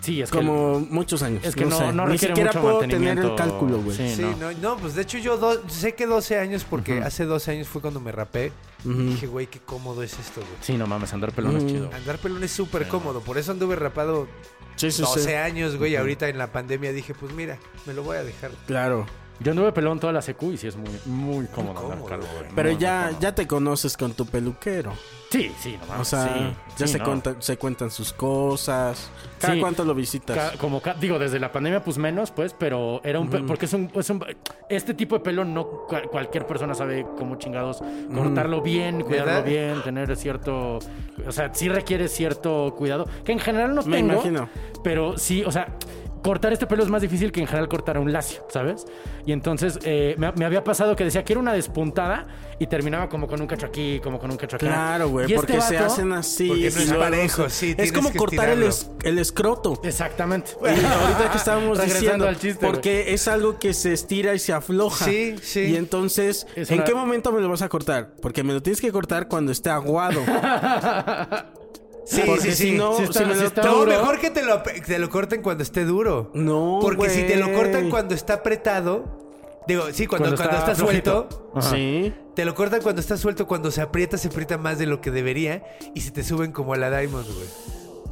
Speaker 4: Sí, es que
Speaker 3: como muchos años.
Speaker 4: es que no-
Speaker 3: sé.
Speaker 4: no
Speaker 3: Ni
Speaker 4: requiere
Speaker 3: siquiera
Speaker 4: mucho
Speaker 3: puedo tener el
Speaker 4: mantenimiento.
Speaker 3: cálculo, güey.
Speaker 4: Sí.
Speaker 5: Sí,
Speaker 4: no.
Speaker 5: no. no, pues de hecho yo do- sé que 12 años porque hace 12 años fue cuando me rapé. Y dije, güey, qué cómodo es esto, güey.
Speaker 4: Sí, no mames, andar pelón
Speaker 3: Mm.
Speaker 4: es chido. güey.
Speaker 5: Andar pelón es súper cómodo, por eso anduve rapado
Speaker 3: Sí, sí,
Speaker 5: 12
Speaker 3: sí.
Speaker 5: años, güey. y Ahorita en la pandemia dije, pues mira, me lo voy a dejar.
Speaker 3: Claro.
Speaker 4: Yo anduve pelón toda la secu y sí es muy, muy cómodo andar
Speaker 5: cómodo,
Speaker 4: calvo,
Speaker 5: güey.
Speaker 4: güey.
Speaker 3: Pero
Speaker 4: Muy, muy
Speaker 3: ya
Speaker 4: cómodo.
Speaker 3: ya te conoces con tu peluquero.
Speaker 4: Sí, sí, no mames.
Speaker 3: O sea,
Speaker 4: Ah, sí,
Speaker 3: ya
Speaker 4: sí,
Speaker 3: se,
Speaker 4: no.
Speaker 3: cuentan, se cuentan sus cosas. ¿Cada
Speaker 4: Sí.
Speaker 3: cuánto lo visitas?
Speaker 4: Ca- como ca- digo, desde la pandemia, pues menos, pues, pero era un. pe- Porque es un, es un- Este tipo de pelo no cual- cualquier persona sabe cómo chingados cortarlo bien, cuidarlo
Speaker 5: ¿Verdad?
Speaker 4: bien, tener cierto. O sea, sí requiere cierto cuidado, que en general no
Speaker 3: Me
Speaker 4: tengo.
Speaker 3: imagino.
Speaker 4: Pero sí, o sea. Cortar este pelo es más difícil que en general cortar un lacio, ¿sabes? Y entonces eh, me, me había pasado que decía que era una despuntada y terminaba como con un cacho aquí, como con un cacho acá.
Speaker 3: Claro, güey,
Speaker 4: Y este
Speaker 3: porque se
Speaker 4: vato-
Speaker 3: hacen así.
Speaker 5: Porque no es
Speaker 3: y luego
Speaker 5: parejo,
Speaker 3: se-
Speaker 5: sí,
Speaker 3: Es
Speaker 5: tienes
Speaker 3: como
Speaker 5: que
Speaker 3: cortar el,
Speaker 5: estirarlo.
Speaker 3: es- el escroto.
Speaker 4: Exactamente.
Speaker 5: <laughs>
Speaker 4: <laughs>
Speaker 3: Y ahorita que estábamos
Speaker 4: Regresando
Speaker 3: diciendo,
Speaker 4: al chiste, güey.
Speaker 3: porque es algo que se estira y se afloja.
Speaker 5: Sí, sí.
Speaker 3: Y entonces,
Speaker 4: Es
Speaker 3: ¿en
Speaker 4: una-
Speaker 3: qué momento me lo vas a cortar? Porque me lo tienes que cortar cuando esté aguado.
Speaker 5: <laughs> Sí,
Speaker 3: porque si no,
Speaker 4: Sí está-
Speaker 3: si me
Speaker 4: sí
Speaker 3: lo
Speaker 4: está
Speaker 5: No,
Speaker 4: duro.
Speaker 5: mejor que te lo, que te lo corten cuando esté duro.
Speaker 3: No,
Speaker 5: Porque si te lo cortan
Speaker 3: güey.
Speaker 5: cuando está apretado, digo, sí, cuando, cuando, está,
Speaker 4: flojito.
Speaker 5: suelto,
Speaker 4: Ajá.
Speaker 3: Sí.
Speaker 5: te lo cortan cuando está suelto, cuando se aprieta, se aprieta más de lo que debería y se te suben como a la Diamond, güey.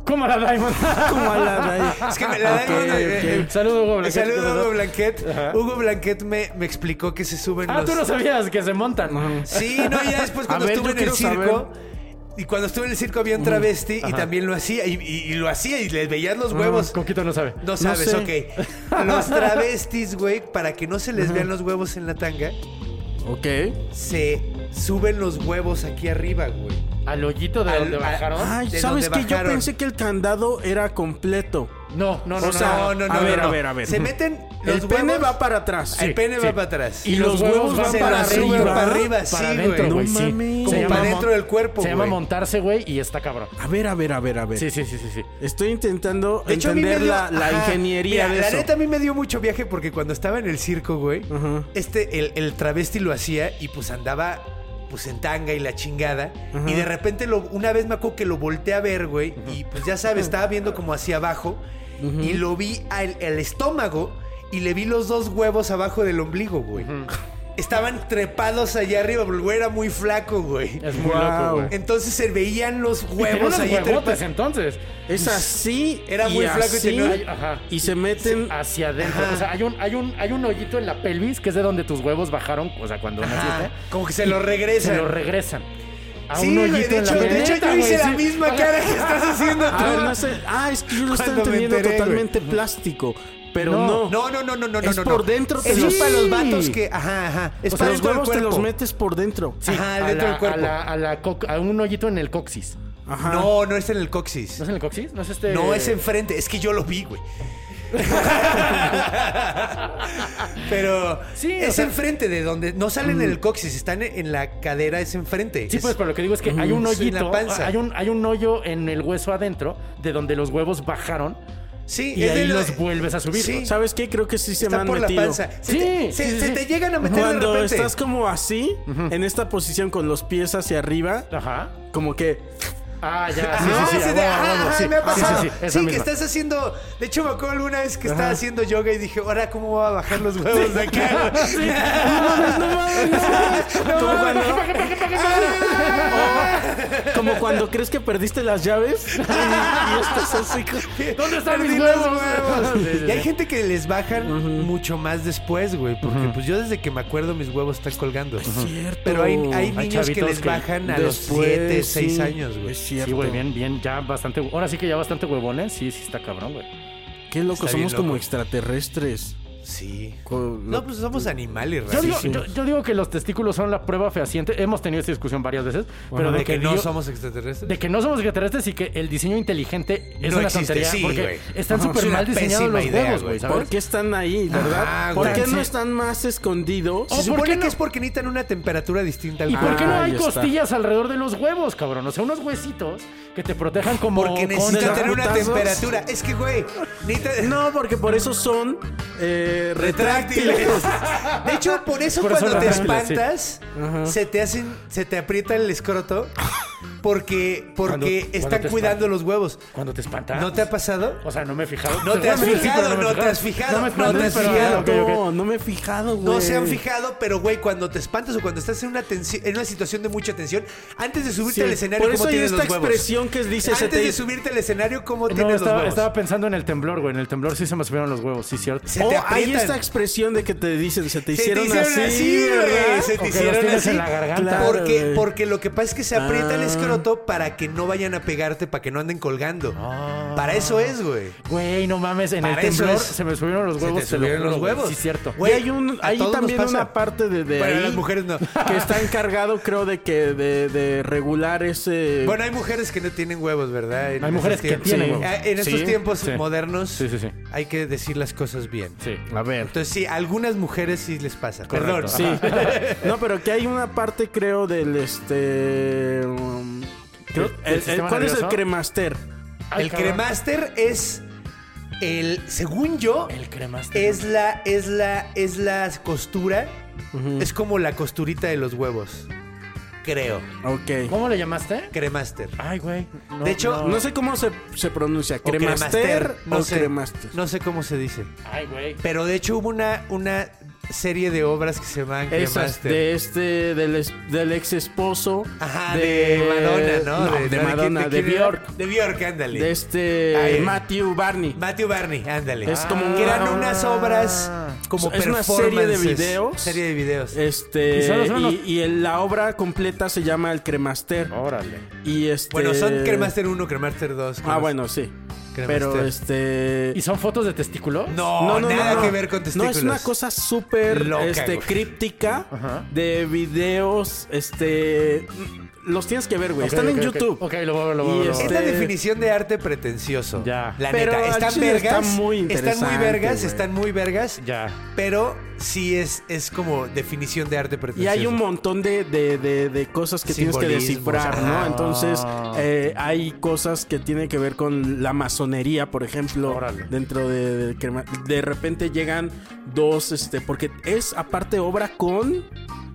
Speaker 4: ¿Cómo la Diamond?
Speaker 3: Como a la de ahí.
Speaker 5: <laughs> Es
Speaker 3: <laughs>
Speaker 5: que me- la
Speaker 3: Ok,
Speaker 5: Diamond... eh,
Speaker 3: ok.
Speaker 5: eh,
Speaker 4: Saludos, Hugo Blanquet.
Speaker 5: Saludos Hugo Blanquet.
Speaker 4: Ajá.
Speaker 5: Hugo Blanquet me, me explicó que se suben
Speaker 4: Ah,
Speaker 5: los...
Speaker 4: tú no sabías que se montan.
Speaker 5: Sí, no, ya
Speaker 3: <laughs>
Speaker 5: después
Speaker 3: A
Speaker 5: cuando
Speaker 3: ver, yo
Speaker 5: estuve en
Speaker 3: quiero Mm,
Speaker 5: el circo. Y cuando estuve en el circo había un travesti y también lo hacía. Y, y- y lo hacía y le veías los huevos.
Speaker 4: Coquito no sabe.
Speaker 5: No sabes,
Speaker 3: Ah, sé. <laughs>
Speaker 5: ok. Los travestis, güey, para que no se les vean los huevos en la tanga,
Speaker 3: Ok.
Speaker 5: se suben los huevos aquí arriba, güey.
Speaker 4: Al hoyito de
Speaker 5: Al-
Speaker 4: donde
Speaker 5: al-
Speaker 4: bajaron.
Speaker 5: Ah,
Speaker 3: Ay,
Speaker 5: ¿De
Speaker 3: ¿sabes
Speaker 5: dónde
Speaker 3: qué? Yo
Speaker 5: bajaron?
Speaker 3: pensé que el candado era completo.
Speaker 4: No, no, no,
Speaker 3: O sea,
Speaker 4: no,
Speaker 5: no, no,
Speaker 3: a
Speaker 5: no,
Speaker 3: ver,
Speaker 5: no.
Speaker 3: a ver, a ver.
Speaker 5: Se meten los
Speaker 3: el pene
Speaker 5: huevos-
Speaker 3: va para atrás.
Speaker 5: El pene
Speaker 4: sí.
Speaker 5: va para atrás.
Speaker 3: Y los huevos van
Speaker 5: se
Speaker 3: para
Speaker 5: la suben
Speaker 3: arriba.
Speaker 5: para arriba, sí,
Speaker 4: para
Speaker 5: güey.
Speaker 4: adentro,
Speaker 3: No
Speaker 4: güey. sí.
Speaker 3: mames.
Speaker 5: Como
Speaker 4: Se llama
Speaker 5: para
Speaker 4: mon-
Speaker 5: dentro del cuerpo,
Speaker 4: Se llama
Speaker 5: güey.
Speaker 4: montarse, güey, y está cabrón.
Speaker 3: A ver, a ver, a ver, a ver.
Speaker 4: Sí, sí, sí, sí, sí.
Speaker 3: Estoy intentando
Speaker 5: De hecho, a mí me
Speaker 3: entender
Speaker 5: dio-
Speaker 3: la, la
Speaker 5: Ajá.
Speaker 3: ingeniería
Speaker 5: Mira,
Speaker 3: de
Speaker 5: la
Speaker 3: eso.
Speaker 5: neta a mí me dio mucho viaje porque cuando estaba en el circo, güey,
Speaker 3: Ajá.
Speaker 5: este, el, el travesti lo hacía y pues andaba pues en tanga y la chingada. Y de repente lo, una vez me acuerdo que lo volteé a ver, güey, y pues ya sabes, estaba viendo como hacia abajo y lo vi al, al estómago y le vi los dos huevos abajo del ombligo, güey. Estaban trepados allá arriba, el güey era muy flaco, güey.
Speaker 4: Es muy
Speaker 3: Wow.
Speaker 4: loco, güey.
Speaker 5: Entonces se veían los
Speaker 4: Y tenía
Speaker 5: huevos
Speaker 4: unos
Speaker 5: allá
Speaker 4: huevotes,
Speaker 5: trepados.
Speaker 4: entonces.
Speaker 3: Es así.
Speaker 5: Era
Speaker 3: y
Speaker 5: muy flaco y
Speaker 3: así,
Speaker 5: tenía-
Speaker 4: Ajá.
Speaker 3: Y se meten.
Speaker 4: hacia adentro. O sea, hay un, hay un, hay un hoyito en la pelvis que es de donde tus huevos bajaron, o sea, cuando naciste.
Speaker 5: Ajá, Como que se lo regresan.
Speaker 4: Se lo regresan. A
Speaker 5: Sí,
Speaker 4: un
Speaker 5: güey,
Speaker 4: hoyito
Speaker 5: de
Speaker 4: en la
Speaker 5: hecho- de
Speaker 4: pelvis.
Speaker 5: hecho, yo
Speaker 4: Neta, güey,
Speaker 5: hice la
Speaker 4: sí.
Speaker 5: misma cara que estás
Speaker 3: <laughs>
Speaker 5: haciendo
Speaker 3: A ver,
Speaker 5: tú.
Speaker 3: no sé. Ah, es que yo lo estoy
Speaker 5: Cuando me
Speaker 3: entendiendo
Speaker 5: enteré,
Speaker 3: totalmente plástico. Pero no.
Speaker 5: No, no, no, no, no,
Speaker 3: Es
Speaker 5: no, no.
Speaker 3: por dentro, te
Speaker 5: Eso
Speaker 3: los-
Speaker 5: es para los
Speaker 3: Sí.
Speaker 5: vatos que. Ajá, ajá. Es
Speaker 3: O sea, los
Speaker 5: para dentro del
Speaker 3: huevos te
Speaker 5: cuerpo.
Speaker 3: los metes por dentro.
Speaker 4: Sí,
Speaker 3: <laughs>
Speaker 5: Ajá,
Speaker 4: a
Speaker 5: dentro
Speaker 4: la-
Speaker 5: del cuerpo.
Speaker 4: A, la- a la co- a un hoyito en el coxis.
Speaker 3: Ajá.
Speaker 5: No, no es en el coxis.
Speaker 4: ¿No es en el coxis? ¿No es este?
Speaker 5: No, es enfrente. Es que yo lo vi,
Speaker 4: <laughs>
Speaker 5: güey. pero
Speaker 4: Sí, o
Speaker 5: es
Speaker 4: sea- Mm.
Speaker 5: enfrente de donde no salen en el coxis, están en- en la cadera, es enfrente.
Speaker 4: Sí,
Speaker 5: Es-
Speaker 4: pues, pero lo que digo es que hay un
Speaker 5: Mm, sí, en
Speaker 4: hoyito,
Speaker 5: la panza.
Speaker 4: hay un, hay un hoyo en el hueso adentro de donde los huevos bajaron.
Speaker 5: sí,
Speaker 4: y
Speaker 5: es de
Speaker 4: ahí
Speaker 5: la-
Speaker 4: los vuelves a subir.
Speaker 5: Sí,
Speaker 3: ¿Sabes qué? Creo que sí se me
Speaker 5: está
Speaker 3: han
Speaker 5: por la
Speaker 3: metido.
Speaker 5: panza. Se
Speaker 4: Sí,
Speaker 5: te,
Speaker 4: sí,
Speaker 5: se-
Speaker 4: sí,
Speaker 5: se
Speaker 4: sí.
Speaker 5: te llegan a meter
Speaker 3: Cuando
Speaker 5: de repente.
Speaker 3: estás como así, en esta posición con los pies hacia arriba,
Speaker 4: Ajá.
Speaker 3: como
Speaker 5: <laughs>
Speaker 3: que
Speaker 4: Ah, ya. Sí,
Speaker 5: Ah,
Speaker 4: sí, sí,
Speaker 5: se
Speaker 4: a
Speaker 5: te-
Speaker 4: huevo, a
Speaker 5: ajá,
Speaker 4: huevo,
Speaker 5: ajá,
Speaker 4: sí.
Speaker 5: me ha
Speaker 4: Sí, sí,
Speaker 5: pasado. Sí,
Speaker 4: sí, esa
Speaker 5: que
Speaker 4: misma.
Speaker 5: estás haciendo. De hecho, me acuerdo alguna vez que estaba haciendo yoga y dije, ahora cómo voy a bajar los huevos de
Speaker 4: <laughs>
Speaker 5: acá. <laughs>
Speaker 3: <laughs> como cuando,
Speaker 4: Ah,
Speaker 3: O como cuando crees que perdiste las llaves y, y estás así. con-
Speaker 4: ¿Dónde están
Speaker 5: Perdí
Speaker 4: mis
Speaker 5: los
Speaker 4: huevos?
Speaker 5: huevos.
Speaker 4: <laughs> Sí, sí,
Speaker 5: Y hay
Speaker 4: sí.
Speaker 5: gente que les bajan mucho más después, güey. Porque pues yo desde que me acuerdo mis huevos están colgando.
Speaker 3: cierto.
Speaker 5: Pero hay, hay
Speaker 3: Hay
Speaker 5: niños que
Speaker 4: chavitos
Speaker 5: les
Speaker 4: que
Speaker 5: bajan a los
Speaker 3: después,
Speaker 5: 7, 6
Speaker 3: sí.
Speaker 5: años, güey.
Speaker 3: Es cierto.
Speaker 4: Sí, güey, bien, bien, ya bastante. Ahora sí que ya bastante huevones. Sí, sí, está cabrón, güey.
Speaker 3: Qué loco,
Speaker 5: Está bien
Speaker 3: somos como
Speaker 5: loco.
Speaker 3: extraterrestres.
Speaker 5: Sí.
Speaker 3: Con-
Speaker 5: No, pues somos animales,
Speaker 4: Yo
Speaker 5: raros.
Speaker 4: digo, yo, yo digo que los testículos son la prueba fehaciente. Hemos tenido esta discusión varias veces, pero
Speaker 5: de que, no
Speaker 4: digo-
Speaker 5: somos extraterrestres.
Speaker 4: de que no somos extraterrestres y que el diseño inteligente es
Speaker 5: No
Speaker 4: una
Speaker 5: existe,
Speaker 4: tontería
Speaker 5: sí,
Speaker 4: porque
Speaker 5: güey.
Speaker 4: están
Speaker 5: Ajá. <laughs>
Speaker 4: súper
Speaker 5: Es una
Speaker 4: mal diseñados
Speaker 5: pésima
Speaker 4: los
Speaker 5: idea,
Speaker 4: huevos,
Speaker 5: güey.
Speaker 4: güey,
Speaker 3: ¿Por
Speaker 4: ¿sabes?
Speaker 3: qué están ahí, verdad?
Speaker 5: Ajá,
Speaker 3: ¿Por
Speaker 5: güey.
Speaker 3: qué
Speaker 5: Sí.
Speaker 3: no están más escondidos?
Speaker 5: Se
Speaker 4: ¿por qué
Speaker 5: supone que
Speaker 4: no?
Speaker 5: es porque necesitan una temperatura distinta al
Speaker 4: ¿Y por qué no
Speaker 3: Ah,
Speaker 4: hay
Speaker 3: ahí está.
Speaker 4: costillas alrededor de los huevos, cabrón? O sea, unos huesitos que te protejan como
Speaker 5: Porque necesita
Speaker 4: contra-
Speaker 5: tener una
Speaker 3: putazos.
Speaker 5: temperatura. Es que, güey, necesita...
Speaker 3: No, porque por eso son eh, retráctiles.
Speaker 5: De hecho, por eso
Speaker 4: Por eso
Speaker 5: cuando te
Speaker 4: retráctiles, sí.
Speaker 5: espantas, se te hacen, se te aprieta el escroto porque,
Speaker 4: Cuando-
Speaker 5: porque
Speaker 4: cuando
Speaker 5: están
Speaker 4: te
Speaker 5: cuidando los huevos.
Speaker 4: Cuando te espantas.
Speaker 5: ¿No te ha pasado?
Speaker 4: O sea, no me he fijado.
Speaker 5: No te has
Speaker 4: Seguramente sí,
Speaker 5: fijado,
Speaker 4: pero
Speaker 5: no
Speaker 4: me he
Speaker 5: te has fijado,
Speaker 4: No me
Speaker 5: no te has
Speaker 4: espanté, pero-
Speaker 5: fijado.
Speaker 4: ok, ok.
Speaker 3: No, no me he fijado, güey.
Speaker 5: No se han fijado, pero güey, cuando te espantas o cuando estás en una tensi- en una situación de mucha tensión, antes de subirte
Speaker 3: Sí,
Speaker 5: al escenario,
Speaker 3: por
Speaker 5: ¿cómo
Speaker 3: eso hay
Speaker 5: tienes
Speaker 3: esta
Speaker 5: los huevos?
Speaker 3: expresión que dice, se
Speaker 5: Antes
Speaker 3: te-
Speaker 5: de subirte al escenario, ¿cómo
Speaker 4: No,
Speaker 5: tienes los
Speaker 4: estaba,
Speaker 5: huevos?
Speaker 4: estaba pensando en el temblor, güey. En el temblor sí se me subieron los huevos, sí, cierto.
Speaker 5: Se
Speaker 3: O
Speaker 5: te
Speaker 3: oh, hay
Speaker 5: aprietan.
Speaker 3: esta expresión de que te dicen, se te
Speaker 5: Se te
Speaker 3: hicieron,
Speaker 5: hicieron así, güey.
Speaker 3: ¿verdad?
Speaker 5: Se
Speaker 4: O que
Speaker 5: te
Speaker 4: los
Speaker 5: hicieron
Speaker 4: tienes
Speaker 5: así.
Speaker 4: en la garganta.
Speaker 3: Claro,
Speaker 5: porque,
Speaker 3: güey.
Speaker 5: porque lo que pasa es que se aprieta el
Speaker 3: Ah.
Speaker 5: escroto para que no vayan a pegarte, para que no anden colgando.
Speaker 4: Ah.
Speaker 5: Para eso es, güey.
Speaker 4: Güey, no mames, en el
Speaker 5: Para eso
Speaker 4: temblor
Speaker 5: es.
Speaker 4: se me subieron los
Speaker 5: Se
Speaker 4: huevos.
Speaker 5: te
Speaker 4: te lo
Speaker 5: subieron
Speaker 4: juro,
Speaker 5: los
Speaker 4: güey,
Speaker 5: huevos.
Speaker 4: Sí, cierto.
Speaker 5: Güey,
Speaker 3: Y hay, un,
Speaker 5: a
Speaker 3: hay
Speaker 5: todos nos
Speaker 3: también
Speaker 5: pasa.
Speaker 3: una parte de, de
Speaker 5: Bueno, a
Speaker 3: ahí
Speaker 5: las mujeres
Speaker 4: <laughs>
Speaker 5: no.
Speaker 3: que está encargado, creo, de que de, de regular ese...
Speaker 5: Bueno, hay mujeres que no tienen huevos, ¿verdad? En
Speaker 4: Hay mujeres
Speaker 5: esos
Speaker 4: que
Speaker 5: tiempos-
Speaker 4: tienen
Speaker 5: Sí.
Speaker 4: huevos.
Speaker 5: Ah, En estos
Speaker 4: Sí.
Speaker 5: tiempos
Speaker 4: Sí.
Speaker 5: modernos
Speaker 4: Sí, sí, sí.
Speaker 5: hay que decir las cosas bien.
Speaker 4: Sí.
Speaker 3: a ver.
Speaker 5: Entonces, sí, a algunas mujeres sí les pasa. Perdón.
Speaker 4: Correcto.
Speaker 3: Sí. <laughs> no, pero que hay una parte, creo, del este... um, creo-
Speaker 4: ¿Del
Speaker 3: el- el-
Speaker 4: sistema
Speaker 3: ¿Cuál es el
Speaker 4: nervioso?
Speaker 3: cremaster?
Speaker 4: Ay,
Speaker 5: El
Speaker 4: cabrón.
Speaker 5: cremaster es el, según yo,
Speaker 4: El cremaster.
Speaker 5: es la, es la, es la costura, es como la costurita de los huevos, creo.
Speaker 3: Ok.
Speaker 4: ¿Cómo le llamaste?
Speaker 5: Cremaster.
Speaker 4: Ay, güey. no,
Speaker 5: De hecho,
Speaker 3: No sé cómo se, se pronuncia.
Speaker 5: O
Speaker 3: ¿Cremaster
Speaker 5: no
Speaker 3: o
Speaker 5: sé,
Speaker 3: cremaster?
Speaker 5: no sé cómo se dice.
Speaker 4: Ay, güey.
Speaker 5: Pero de hecho hubo una, una serie de obras que se llaman
Speaker 3: Esas
Speaker 5: cremaster.
Speaker 3: de este, del, es- del ex esposo.
Speaker 5: Ajá, de, Madonna, ¿no?
Speaker 3: de, Madonna,
Speaker 5: quién-
Speaker 3: de
Speaker 5: quién era?
Speaker 3: Bjork.
Speaker 5: De Bjork, ándale.
Speaker 3: De este
Speaker 5: Ah, eh.
Speaker 3: Matthew Barney.
Speaker 5: Matthew Barney, ándale.
Speaker 3: Es como
Speaker 5: que eran
Speaker 3: una-
Speaker 5: unas obras como
Speaker 3: Es una serie de
Speaker 5: performances.
Speaker 3: videos.
Speaker 5: Serie de videos.
Speaker 3: Este
Speaker 4: Y solo
Speaker 3: y,
Speaker 4: son los-
Speaker 3: y el- la obra completa se llama El Cremaster
Speaker 4: Órale.
Speaker 3: y este
Speaker 5: Bueno, son Cremaster 1, Cremaster 2.
Speaker 3: Ah, bueno, sí.
Speaker 5: Cremaster.
Speaker 3: Pero este
Speaker 4: ¿Y son fotos de testículos?
Speaker 5: No, Oh, nada que ver con
Speaker 3: No,
Speaker 5: testículos.
Speaker 3: es una cosa súper
Speaker 5: Loca,
Speaker 3: este,
Speaker 5: güey.
Speaker 3: críptica de videos, este... los tienes que ver, güey.
Speaker 4: Ok,
Speaker 3: Están en
Speaker 4: ok, ok.
Speaker 3: YouTube.
Speaker 4: Ok, lo voy, lo voy,
Speaker 3: Y
Speaker 4: lo voy.
Speaker 3: este-
Speaker 5: Es la definición de arte pretencioso.
Speaker 4: Ya.
Speaker 5: La
Speaker 3: Pero
Speaker 5: neta,
Speaker 3: al
Speaker 5: están
Speaker 3: chile está
Speaker 5: vergas.
Speaker 3: muy
Speaker 5: están muy
Speaker 3: interesante,
Speaker 5: vergas,
Speaker 3: güey.
Speaker 5: están muy vergas.
Speaker 4: Ya.
Speaker 5: Pero sí es, es como definición de arte
Speaker 3: Y
Speaker 5: pretencioso.
Speaker 3: hay un montón de, de- de- de cosas que tienes que
Speaker 5: Simbolismos, Ah.
Speaker 3: descifrar, ¿no?
Speaker 5: ajá.
Speaker 3: Entonces, eh, hay cosas que tienen que ver con la masonería, por ejemplo,
Speaker 4: Órale.
Speaker 3: dentro de, de crema- de repente llegan dos, este, porque es aparte obra con...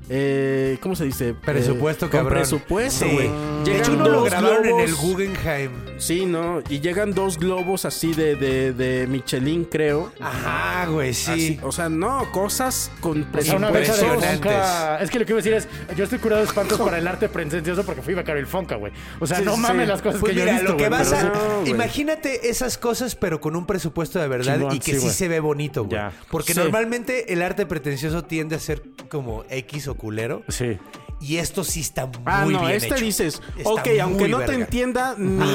Speaker 3: eh, ¿Cómo se dice?
Speaker 5: Presupuesto,
Speaker 3: Eh, con
Speaker 5: cabrón.
Speaker 3: presupuesto,
Speaker 5: Sí.
Speaker 3: güey.
Speaker 5: De hecho,
Speaker 3: Llegan
Speaker 5: uno lo
Speaker 3: dos
Speaker 5: grabaron en
Speaker 3: globos-
Speaker 5: el Guggenheim.
Speaker 3: Sí, ¿no? Y llegan dos globos así de, de, de Michelin, creo.
Speaker 5: Ajá, güey,
Speaker 3: Así,
Speaker 5: Ah, sí.
Speaker 3: O sea, no, cosas con
Speaker 4: Es una beca de
Speaker 5: Impresionantes.
Speaker 4: Fonca. Es que lo que iba a decir es, yo estoy curado de espantos para el arte pretencioso porque fui becario el Fonca, güey. O sea,
Speaker 3: Sí,
Speaker 4: no
Speaker 3: sí,
Speaker 4: mames
Speaker 3: sí.
Speaker 4: las cosas
Speaker 5: Pues
Speaker 4: que yo
Speaker 5: mira,
Speaker 4: he visto,
Speaker 5: lo que
Speaker 4: güey,
Speaker 5: vas
Speaker 4: pero-
Speaker 5: a...
Speaker 3: No, güey.
Speaker 5: imagínate esas cosas, pero con un presupuesto de verdad
Speaker 4: Chingón,
Speaker 5: y que
Speaker 4: sí,
Speaker 5: sí,
Speaker 4: güey.
Speaker 5: se ve bonito, güey.
Speaker 4: Ya.
Speaker 5: Porque
Speaker 3: Sí.
Speaker 5: normalmente el arte pretencioso tiende a ser como X o culero.
Speaker 4: Sí.
Speaker 5: Y esto sí está muy
Speaker 3: Ah, no,
Speaker 5: bien
Speaker 3: este
Speaker 5: hecho.
Speaker 3: dices,
Speaker 5: Está
Speaker 3: ok, aunque
Speaker 5: muy
Speaker 3: no te
Speaker 5: verga.
Speaker 3: entienda ni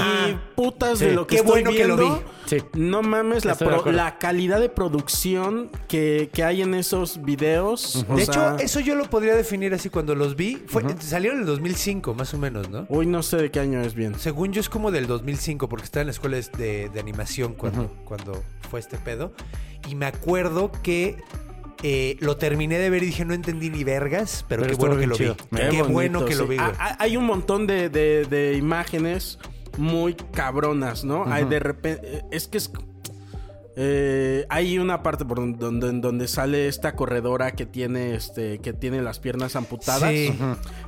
Speaker 3: putas
Speaker 4: Sí.
Speaker 3: de lo que
Speaker 5: Qué
Speaker 3: estoy
Speaker 5: bueno que
Speaker 3: viendo,
Speaker 5: lo
Speaker 4: vi. Sí.
Speaker 3: no mames la,
Speaker 4: Estoy de
Speaker 3: pro-
Speaker 4: acuerdo.
Speaker 3: la calidad de producción que, que hay en esos videos. o
Speaker 5: De
Speaker 3: sea,
Speaker 5: hecho, eso yo lo podría definir así cuando los vi. Fue, Salieron en el 2005, más o menos, ¿no?
Speaker 3: Uy, no sé de qué año es bien.
Speaker 5: Según yo es como del 2005, porque estaba en la escuela de, de animación cuando, cuando fue este pedo. Y me acuerdo que eh, lo terminé de ver y dije, no entendí ni vergas, pero,
Speaker 4: Pero
Speaker 5: qué
Speaker 4: estuvo
Speaker 5: bueno que
Speaker 4: bien
Speaker 5: lo
Speaker 4: chido.
Speaker 5: vi.
Speaker 3: Qué
Speaker 5: Qué,
Speaker 3: bonito,
Speaker 5: bueno que lo
Speaker 3: sí.
Speaker 5: vi, güey.
Speaker 3: Ah, ah, Hay un montón de, de- de imágenes muy cabronas, ¿no? Hay de repente. Es que es. eh, hay una parte por donde, donde, en donde sale esta corredora que tiene este que tiene las piernas amputadas,
Speaker 5: Sí.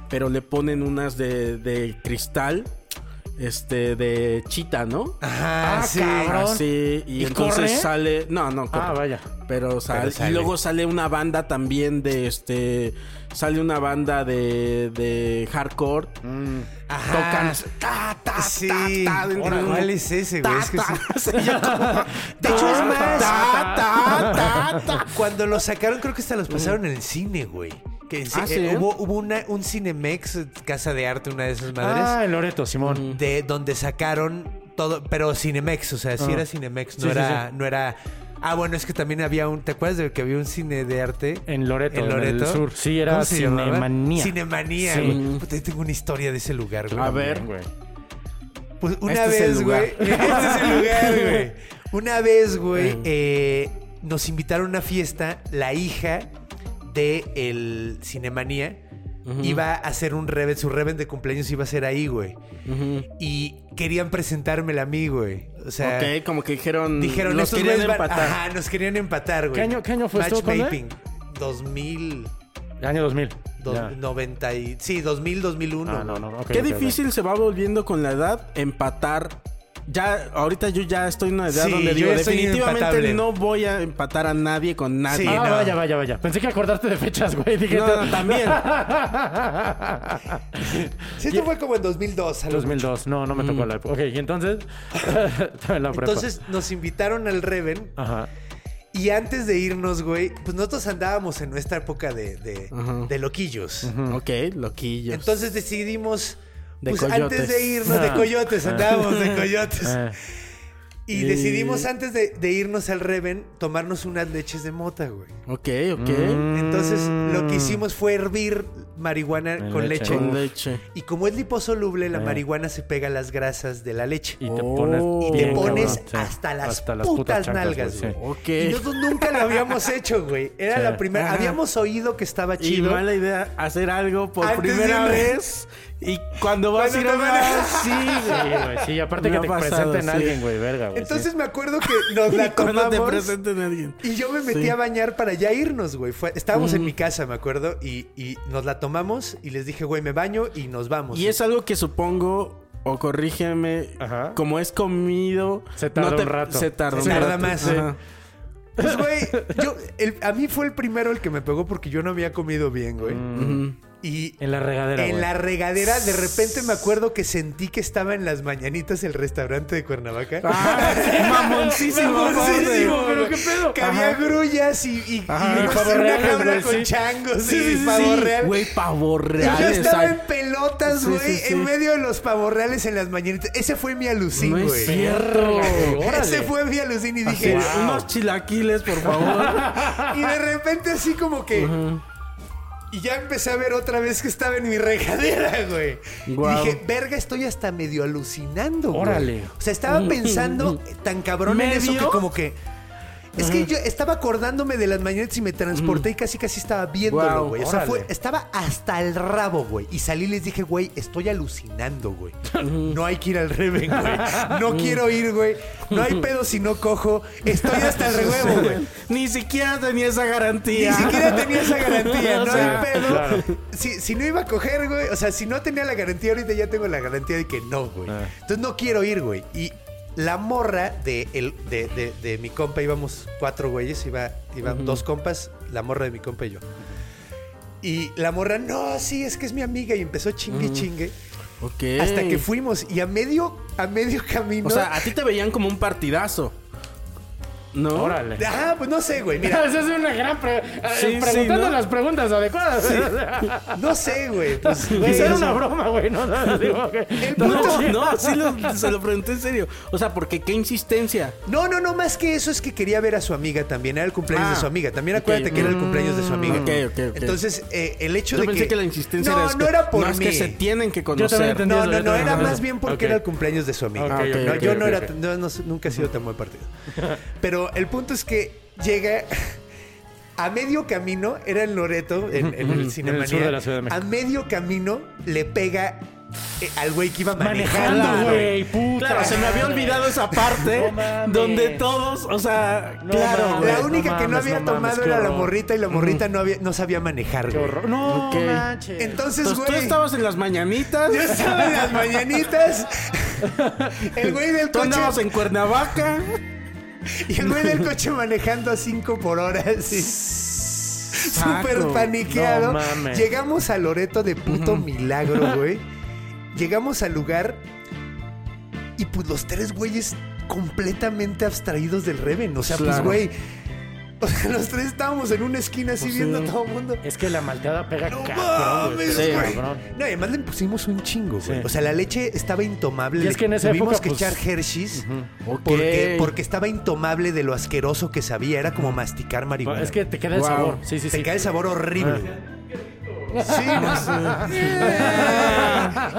Speaker 3: pero le ponen unas de, de cristal, este de chita, ¿no?
Speaker 5: Ajá,
Speaker 4: Ah,
Speaker 5: sí.
Speaker 4: cabrón.
Speaker 3: Así, y,
Speaker 4: ¿Y
Speaker 3: entonces
Speaker 4: corre?
Speaker 3: sale. No, no, corre.
Speaker 4: Ah, vaya.
Speaker 3: Pero, sale,
Speaker 5: Pero sale.
Speaker 3: Y luego sale una banda también de este. Sale una banda de, de hardcore.
Speaker 5: Ajá.
Speaker 3: Tocan. Ta, ta,
Speaker 5: Sí.
Speaker 3: ta, ta, dentro
Speaker 5: Ahora,
Speaker 3: de un-
Speaker 5: Ah, ¿cuál es ese, güey?
Speaker 3: ta,
Speaker 5: Es que
Speaker 3: ta. <laughs>
Speaker 5: es-
Speaker 3: Sí,
Speaker 5: <laughs>
Speaker 3: yo como-
Speaker 5: De hecho, es
Speaker 3: ta,
Speaker 5: más-
Speaker 3: ta, ta, ta, ta. Mm.
Speaker 5: Cuando lo sacaron, creo que hasta los pasaron en el cine, güey. Que en-
Speaker 3: Ah,
Speaker 5: eh,
Speaker 3: ¿sí?
Speaker 5: hubo, hubo una- un Cinemex, eh, Casa de Arte, una de esas madres. Mm.
Speaker 4: Ah, el Loreto, Simón.
Speaker 5: de donde sacaron todo, pero Cinemex, o sea,
Speaker 3: Ah.
Speaker 5: si era Cinemex, no
Speaker 4: Sí, sí,
Speaker 5: era,
Speaker 4: sí.
Speaker 5: no era. Ah, bueno, es que también había un, ¿te acuerdas de que había un cine de arte?
Speaker 4: En Loreto, en el sur. Sí, era
Speaker 5: ¿Cómo se llamaba?
Speaker 4: Cinemanía.
Speaker 5: Cinemanía.
Speaker 4: Sí.
Speaker 5: güey. Puta, yo tengo una historia de ese lugar, güey.
Speaker 3: A ver.
Speaker 4: güey.
Speaker 5: Pues una
Speaker 3: Este es el
Speaker 5: vez,
Speaker 3: lugar.
Speaker 5: güey. <laughs> Este es el lugar, güey. Una vez, güey,
Speaker 3: Ah.
Speaker 5: eh, nos invitaron a una fiesta. La hija de el Cinemanía iba a hacer un Reven. Su Reven de cumpleaños iba a ser ahí, güey. Y querían presentármela a mí, güey. O sea,
Speaker 3: Ok, como que dijeron.
Speaker 5: dijeron,
Speaker 3: los
Speaker 5: "Estos
Speaker 3: querían
Speaker 5: güeyes van-
Speaker 3: empatar.
Speaker 5: Ajá, nos querían empatar, güey.
Speaker 4: ¿Qué año- qué año fue esto, Conde?
Speaker 5: Matchmaking. 2000.
Speaker 4: El año 2000.
Speaker 5: dos-
Speaker 4: Ya.
Speaker 5: 90 y- sí, 2000, 2001.
Speaker 4: Ah, no,
Speaker 5: güey.
Speaker 4: no, ok,
Speaker 3: Qué
Speaker 4: ok, ok.
Speaker 3: difícil se va volviendo con la edad empatar. Ya, ahorita yo ya estoy en una edad
Speaker 5: Sí,
Speaker 3: donde
Speaker 5: yo
Speaker 3: digo,
Speaker 5: ya soy
Speaker 3: definitivamente
Speaker 5: inempatable".
Speaker 3: no voy a empatar a nadie con nadie.
Speaker 5: Sí,
Speaker 4: Ah,
Speaker 5: no.
Speaker 4: vaya, vaya, vaya. Pensé que acordarte de fechas, güey. Dije,
Speaker 3: No, no, también.
Speaker 4: <laughs>
Speaker 5: Sí, esto fue como en 2002. a lo
Speaker 4: 2002. No, no me tocó la época. Ok, y entonces. <laughs> estaba en la prepa.
Speaker 5: Entonces nos invitaron al Reven
Speaker 4: Ajá.
Speaker 5: y antes de irnos, güey, pues nosotros andábamos en nuestra época de, de- de loquillos.
Speaker 3: Ok, loquillos.
Speaker 5: Entonces decidimos,
Speaker 3: De
Speaker 5: pues
Speaker 3: coyotes. Ah.
Speaker 5: antes de irnos de
Speaker 4: Ah.
Speaker 5: coyotes, andábamos de coyotes.
Speaker 4: Eh,
Speaker 5: Y decidimos antes de, de irnos al Reven tomarnos unas leches de mota, güey.
Speaker 3: ok, ok.
Speaker 5: Entonces lo que hicimos fue hervir marihuana
Speaker 4: En
Speaker 5: con
Speaker 4: leche.
Speaker 5: leche.
Speaker 3: Con Mm. leche. Eh.
Speaker 5: Y como es liposoluble, la marihuana se pega a las grasas de la leche.
Speaker 4: y te
Speaker 3: Oh.
Speaker 4: pones.
Speaker 5: Y te
Speaker 4: bien
Speaker 5: pones
Speaker 4: cabrón, sí.
Speaker 5: hasta, las putas
Speaker 4: putas chanclas,
Speaker 5: nalgas,
Speaker 4: sí.
Speaker 5: güey.
Speaker 3: Ok.
Speaker 5: Y nosotros nunca lo habíamos hecho, güey. Era
Speaker 4: Sí.
Speaker 5: la primera.
Speaker 3: Ajá.
Speaker 5: Habíamos oído que estaba
Speaker 3: Y
Speaker 5: chido.
Speaker 3: mala idea hacer algo por
Speaker 5: Antes de
Speaker 3: primera
Speaker 5: irme.
Speaker 3: vez. Y cuando vas a ir
Speaker 5: Cuando
Speaker 3: a
Speaker 5: te van a-
Speaker 3: una... <laughs> Sí,
Speaker 4: Sí,
Speaker 3: güey.
Speaker 4: güey. Sí, aparte
Speaker 3: Me
Speaker 4: que
Speaker 3: ha
Speaker 4: te
Speaker 3: pasado,
Speaker 4: presenten a
Speaker 3: sí.
Speaker 4: alguien, güey. Verga, güey.
Speaker 5: Entonces me acuerdo que
Speaker 3: <laughs>
Speaker 5: nos
Speaker 3: Y
Speaker 5: la
Speaker 3: cuando te
Speaker 5: tomamos.
Speaker 3: presenten a alguien.
Speaker 5: Y yo me metí
Speaker 3: Sí.
Speaker 5: a bañar para ya irnos, güey. Fue- estábamos en mi casa, me acuerdo, y, y nos la tomamos y les dije, güey, me baño y nos vamos.
Speaker 3: Y es algo que supongo, o corrígeme,
Speaker 4: Ajá.
Speaker 3: como es comido...
Speaker 4: Se tarda
Speaker 3: no te-
Speaker 4: un rato.
Speaker 3: Se tarda,
Speaker 5: Se
Speaker 3: un
Speaker 5: tarda
Speaker 3: rato.
Speaker 5: más,
Speaker 3: Ajá.
Speaker 5: Pues, güey, yo, el- a mí fue el primero el que me pegó porque yo no había comido bien, güey. Y
Speaker 4: En la regadera.
Speaker 5: en
Speaker 4: güey.
Speaker 5: la regadera, de repente me acuerdo que sentí que estaba en las mañanitas el restaurante de Cuernavaca. <laughs>
Speaker 3: Ah, mamoncísimo.
Speaker 5: Mamoncísimo,
Speaker 3: aparte.
Speaker 4: pero qué pedo.
Speaker 5: Que había grullas y, y, y
Speaker 4: Ajá. Y
Speaker 5: no sé,
Speaker 4: pavo
Speaker 5: una
Speaker 4: real,
Speaker 5: cabra
Speaker 4: güey,
Speaker 5: con
Speaker 4: sí.
Speaker 5: changos
Speaker 3: Sí,
Speaker 5: y
Speaker 3: sí, sí,
Speaker 5: pavo
Speaker 3: sí.
Speaker 5: real.
Speaker 3: Güey, pavos
Speaker 5: Y yo
Speaker 3: reales.
Speaker 5: estaba en
Speaker 3: ay.
Speaker 5: pelotas,
Speaker 3: Sí,
Speaker 5: güey,
Speaker 3: sí, sí.
Speaker 5: en medio de los pavorreales en las mañanitas. Ese fue mi alucín,
Speaker 3: No es
Speaker 5: güey.
Speaker 3: cierto.
Speaker 5: Ese fue mi alucín y
Speaker 3: Sí,
Speaker 5: dije, <laughs>
Speaker 3: Unos chilaquiles, por favor.
Speaker 5: y de repente así como que Y ya empecé a ver otra vez que estaba en mi regadera, güey. Y
Speaker 3: Guau.
Speaker 5: dije, verga, estoy hasta medio alucinando, güey.
Speaker 4: Órale.
Speaker 5: O sea, estaba pensando tan cabrón en eso que
Speaker 3: Mm, ¿Medio?
Speaker 5: como que. Es que yo estaba acordándome de las mañanetas y me transporté y casi casi estaba viéndolo,
Speaker 3: Mm. Guau,
Speaker 5: güey. o sea, fue,
Speaker 4: órale.
Speaker 5: estaba hasta el rabo, güey. Y salí y les dije, güey, estoy alucinando, güey.
Speaker 3: Mm.
Speaker 5: No hay que ir al Reven, güey. No quiero ir, güey. No
Speaker 3: Mm.
Speaker 5: hay pedo si no cojo. Estoy hasta el rehuevo, güey.
Speaker 3: Ni siquiera tenía esa
Speaker 5: Ni
Speaker 3: garantía.
Speaker 5: siquiera tenía esa
Speaker 3: <laughs>
Speaker 5: garantía,
Speaker 4: O
Speaker 5: no
Speaker 4: sea,
Speaker 5: hay pedo.
Speaker 4: claro.
Speaker 5: Si, si no iba a coger, güey. O sea, si no tenía la garantía, ahorita ya tengo la garantía de que no, güey.
Speaker 4: Ah.
Speaker 5: Entonces no quiero ir, güey. Y la morra de, el, de, de- de mi compa, íbamos cuatro güeyes, iba, iban dos compas, la morra de mi compa y yo. Y la morra, no, sí, es que es mi amiga. Y empezó chingue, y chingue.
Speaker 3: Ok.
Speaker 5: Hasta que fuimos. Y a medio, a medio camino.
Speaker 3: O sea, a ti te veían como un partidazo. ¿No?
Speaker 4: Órale. <laughs>
Speaker 5: Ajá, pues no sé, güey. Mira,
Speaker 4: Esa es una gran pre-
Speaker 3: Sí,
Speaker 4: eh, preguntando
Speaker 3: sí, ¿no?
Speaker 4: las preguntas adecuadas. <laughs>
Speaker 5: no sé, güey.
Speaker 3: <laughs>
Speaker 5: Pues, güey,
Speaker 4: Quizá era
Speaker 5: o sea,
Speaker 4: una broma, güey. No, no,
Speaker 5: <laughs>
Speaker 4: digo que-
Speaker 3: <laughs> No, no, sí lo- se lo pregunté en serio. O sea, porque qué insistencia.
Speaker 5: No, no, no, más que eso es que quería ver a su amiga también. Era el cumpleaños
Speaker 3: Ah,
Speaker 5: de su amiga. También
Speaker 3: ok.
Speaker 5: acuérdate que era el cumpleaños de su amiga.
Speaker 3: ok, ok, ok.
Speaker 5: Entonces, eh, el hecho
Speaker 3: Yo
Speaker 5: de
Speaker 3: pensé que,
Speaker 5: que...
Speaker 3: la insistencia
Speaker 5: no,
Speaker 3: era
Speaker 5: No, era por
Speaker 3: no, es
Speaker 5: mí.
Speaker 3: que se tienen que
Speaker 4: Yo también
Speaker 3: conocer.
Speaker 4: entendí
Speaker 5: No,
Speaker 4: eso,
Speaker 5: no,
Speaker 4: yo
Speaker 5: no,
Speaker 4: también
Speaker 5: era
Speaker 4: entendí
Speaker 5: más
Speaker 4: eso.
Speaker 5: bien porque
Speaker 4: Ok.
Speaker 5: era el cumpleaños de su amiga.
Speaker 4: Ah,
Speaker 5: no,
Speaker 4: ok, ok,
Speaker 5: yo
Speaker 4: ok,
Speaker 5: no era,
Speaker 4: ok.
Speaker 5: no, no, nunca he sido tan buen partido. Pero el punto es que llega a medio camino, era en Loreto, en, en el Cinemanía.
Speaker 4: sur de la Ciudad de México.
Speaker 5: A medio camino le pega eh, al güey que iba manejando,
Speaker 4: Manejando, güey. Puta.
Speaker 3: Claro, se me había olvidado esa parte
Speaker 4: No mames.
Speaker 3: donde todos, o sea,
Speaker 4: No
Speaker 3: claro.
Speaker 4: mames.
Speaker 5: La única
Speaker 4: no
Speaker 5: que no
Speaker 4: mames,
Speaker 5: había
Speaker 4: no
Speaker 5: tomado
Speaker 4: mames, qué
Speaker 5: era la
Speaker 4: horror.
Speaker 5: morrita y la morrita no, había, no sabía manejar,
Speaker 4: Qué
Speaker 5: güey.
Speaker 4: horror. Pues No,
Speaker 3: Ok.
Speaker 4: manches.
Speaker 5: Entonces,
Speaker 3: Entonces tú
Speaker 5: güey,
Speaker 3: estabas en las mañanitas,
Speaker 5: yo estaba en las mañanitas. El güey del
Speaker 3: tú
Speaker 5: coche
Speaker 3: andabas en Cuernavaca.
Speaker 5: y el güey del coche manejando a 5 por hora, así. Súper
Speaker 3: Saco.
Speaker 5: paniqueado.
Speaker 4: No mames.
Speaker 5: Llegamos a Loreto de puto
Speaker 4: <laughs>
Speaker 5: milagro, güey. Llegamos al lugar y pues los tres güeyes completamente abstraídos del Reven, o sea, pues
Speaker 3: Claro.
Speaker 5: güey, o sea, los tres estábamos en una esquina así
Speaker 4: Pues,
Speaker 5: viendo
Speaker 4: sí.
Speaker 5: a todo el mundo.
Speaker 4: Es que la malteada pega
Speaker 5: No
Speaker 4: cabrón, güey.
Speaker 5: mames,
Speaker 4: pega
Speaker 3: güey.
Speaker 4: cabrón.
Speaker 5: No, y además le pusimos un chingo, güey.
Speaker 4: Sí.
Speaker 5: O sea, la leche estaba intomable.
Speaker 4: Y es
Speaker 5: Le
Speaker 4: que en esa
Speaker 5: tuvimos
Speaker 4: época,
Speaker 5: que
Speaker 4: pues,
Speaker 5: echar Hershey's
Speaker 3: Ok.
Speaker 5: porque, porque estaba intomable de lo asqueroso que sabía. Era como masticar marihuana.
Speaker 4: Es que te queda el
Speaker 3: Wow.
Speaker 4: sabor. Sí, sí,
Speaker 5: te
Speaker 4: sí. Ah.
Speaker 5: cae el sabor horrible. Sí,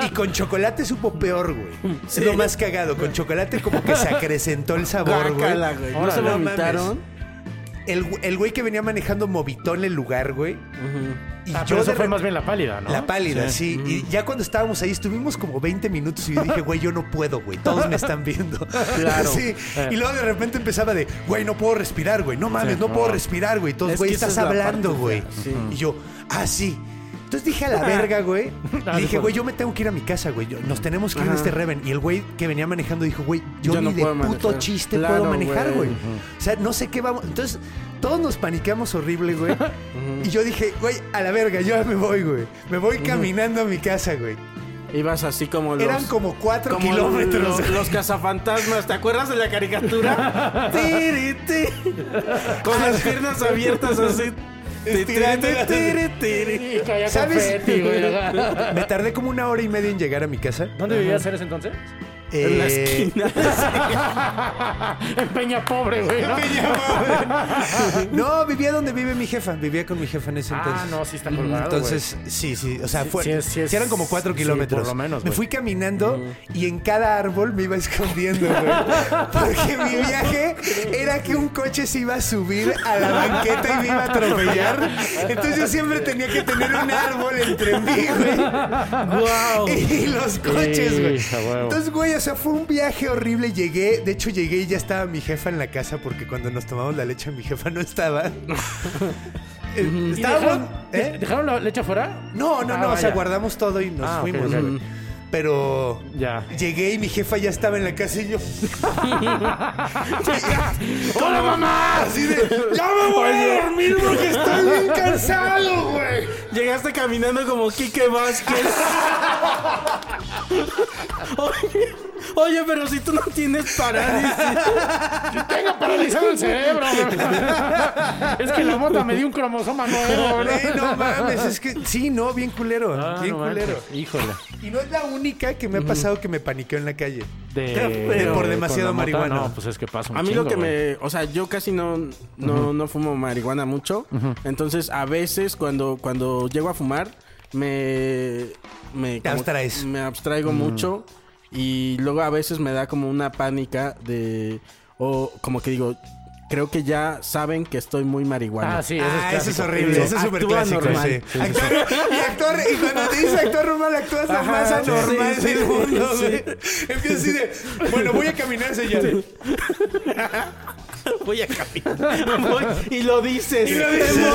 Speaker 5: Y con chocolate supo peor, güey. Es lo más cagado. Con chocolate como que se acrecentó el sabor, güey.
Speaker 3: Guácala, güey. ¿No
Speaker 4: Órale.
Speaker 3: se
Speaker 4: No mames.
Speaker 3: vomitaron?
Speaker 5: El, güey- el güey que venía manejando movitón el lugar, güey. Y
Speaker 4: Ah, pero eso
Speaker 5: de
Speaker 4: fue
Speaker 5: re-
Speaker 4: más bien la pálida, ¿no?
Speaker 5: La pálida, sí.
Speaker 3: Mm.
Speaker 5: Y ya cuando estábamos ahí, estuvimos como 20 minutos y yo dije, güey, yo no puedo, güey. Todos me están viendo.
Speaker 3: <laughs>
Speaker 5: Claro. Sí.
Speaker 3: Eh.
Speaker 5: Y luego de repente empezaba de, güey, no puedo respirar, güey. No mames, no puedo respirar, güey. Todos,
Speaker 3: Es
Speaker 5: güey,
Speaker 3: que esa es
Speaker 5: estás
Speaker 3: la
Speaker 5: hablando,
Speaker 3: parte
Speaker 5: güey.
Speaker 3: fea, Mm. sí.
Speaker 5: Y yo, ah, sí. Entonces dije a la verga,
Speaker 3: <laughs>
Speaker 5: güey.
Speaker 4: Ah,
Speaker 5: Le dije,
Speaker 4: no
Speaker 5: güey, yo me tengo que ir a mi casa, güey. Yo- Nos tenemos que ir a este Reven. Y el güey que venía manejando dijo, güey, yo,
Speaker 3: Yo
Speaker 5: ni
Speaker 3: no
Speaker 5: de
Speaker 3: puedo
Speaker 5: puto
Speaker 3: manejar.
Speaker 5: chiste
Speaker 3: Claro,
Speaker 5: puedo manejar,
Speaker 3: güey.
Speaker 5: güey. O sea, no sé qué vamos. Entonces, todos nos paniqueamos
Speaker 3: <laughs>
Speaker 5: horrible, güey. y yo dije, güey, a la verga, yo ya me voy, güey. Me voy caminando a mi casa, güey.
Speaker 3: Ibas así como los...
Speaker 5: Eran como cuatro
Speaker 3: como
Speaker 5: kilómetros.
Speaker 3: Los, los cazafantasmas, ¿te acuerdas de la caricatura? Tiri, ti. Con las piernas abiertas así. Ti, ti, ti, tiri, tiri.
Speaker 4: Y
Speaker 5: <laughs>
Speaker 4: caía
Speaker 5: ¿Sabes?
Speaker 4: confeti, güey.
Speaker 5: <laughs> me tardé como una hora y media en llegar a mi casa.
Speaker 4: ¿Dónde vivías eres entonces?
Speaker 3: En la
Speaker 5: Eh,
Speaker 3: esquina.
Speaker 4: en Peña Pobre, <laughs> güey. ¿no?
Speaker 5: No, vivía donde vive mi jefa. Vivía con mi jefa en ese entonces.
Speaker 4: Ah, no, sí está colgado,
Speaker 5: Entonces, sí, sí, o sea,
Speaker 4: Sí,
Speaker 5: fue,
Speaker 4: sí es- sí es-
Speaker 5: sí eran como cuatro
Speaker 4: sí,
Speaker 5: kilómetros.
Speaker 4: por lo menos,
Speaker 5: Me
Speaker 4: güey.
Speaker 5: fui caminando y en cada árbol me iba <laughs> escondiendo, güey. Porque mi viaje era que un coche se iba a subir a la banqueta y me iba a atropellar. Entonces yo siempre tenía que tener un árbol entre mí, güey.
Speaker 3: wow.
Speaker 5: <laughs> Y los coches, güey.
Speaker 4: Sí, a huevo.
Speaker 5: Entonces, güey, o sea, fue un viaje horrible. Llegué, de hecho, llegué y ya estaba mi jefa en la casa porque cuando nos tomamos la leche, mi jefa no
Speaker 4: <laughs>
Speaker 5: estaba. Eh,
Speaker 4: ¿Y
Speaker 5: Estábamos.
Speaker 4: dejaron,
Speaker 5: ¿eh?
Speaker 4: ¿Dejaron la leche afuera?
Speaker 5: No, no,
Speaker 4: Ah,
Speaker 5: no, o sea,
Speaker 4: vaya.
Speaker 5: guardamos todo y nos
Speaker 4: Ah, ok,
Speaker 5: fuimos.
Speaker 4: ok,
Speaker 5: güey.
Speaker 4: ok.
Speaker 5: Pero
Speaker 4: Ya.
Speaker 5: llegué y mi jefa ya estaba en la casa y yo.
Speaker 4: ¡Hola, mamá!
Speaker 5: Así de. <laughs>
Speaker 4: <laughs>
Speaker 5: ¡Ya me voy a dormir porque estoy bien cansado, güey!
Speaker 3: Llegaste caminando como Quique
Speaker 5: <laughs>
Speaker 3: Vázquez. oye, oye, pero si tú no tienes parálisis.
Speaker 4: ¡Tengo paralizado el cerebro! güey. <laughs> es que la mota me dio un cromosoma nuevo, ¿no?
Speaker 5: Güey, no mames, es que. Sí, no, bien culero.
Speaker 4: Ah,
Speaker 5: bien
Speaker 4: no
Speaker 5: culero.
Speaker 4: manches. Híjole.
Speaker 5: Y no es la única que me ha pasado que me paniqueó en la calle.
Speaker 4: de,
Speaker 5: <laughs> Qué feo. Por
Speaker 4: con
Speaker 5: demasiado
Speaker 4: la mota,
Speaker 5: marihuana.
Speaker 4: No, pues es que pasa un
Speaker 3: A mí
Speaker 4: chingo,
Speaker 3: lo que
Speaker 4: güey.
Speaker 3: me... O sea, yo casi no, no, no fumo marihuana mucho. Entonces, a veces cuando, cuando llego a fumar, me... me
Speaker 5: Te abstraes.
Speaker 3: Me
Speaker 4: Mm.
Speaker 3: abstraigo mucho. Y luego a veces me da como una pánica de... O como que digo, creo que ya saben que estoy muy marihuana. <laughs>
Speaker 4: Ah, sí, ese
Speaker 5: Ah,
Speaker 4: es
Speaker 5: eso es
Speaker 4: clásico.
Speaker 5: horrible. Eso es
Speaker 3: Actúa
Speaker 5: súper clásico.
Speaker 3: normal.
Speaker 5: Sí. Actor- <laughs> y actor, y cuando te dice actor normal, actúas lo
Speaker 3: Ajá,
Speaker 5: más anormal
Speaker 3: sí, sí,
Speaker 5: del mundo,
Speaker 3: sí.
Speaker 5: güey. Empieza así de, bueno, voy a caminar, señor.
Speaker 3: Voy a caminar. y lo dices.
Speaker 4: <laughs>
Speaker 5: Y lo dice.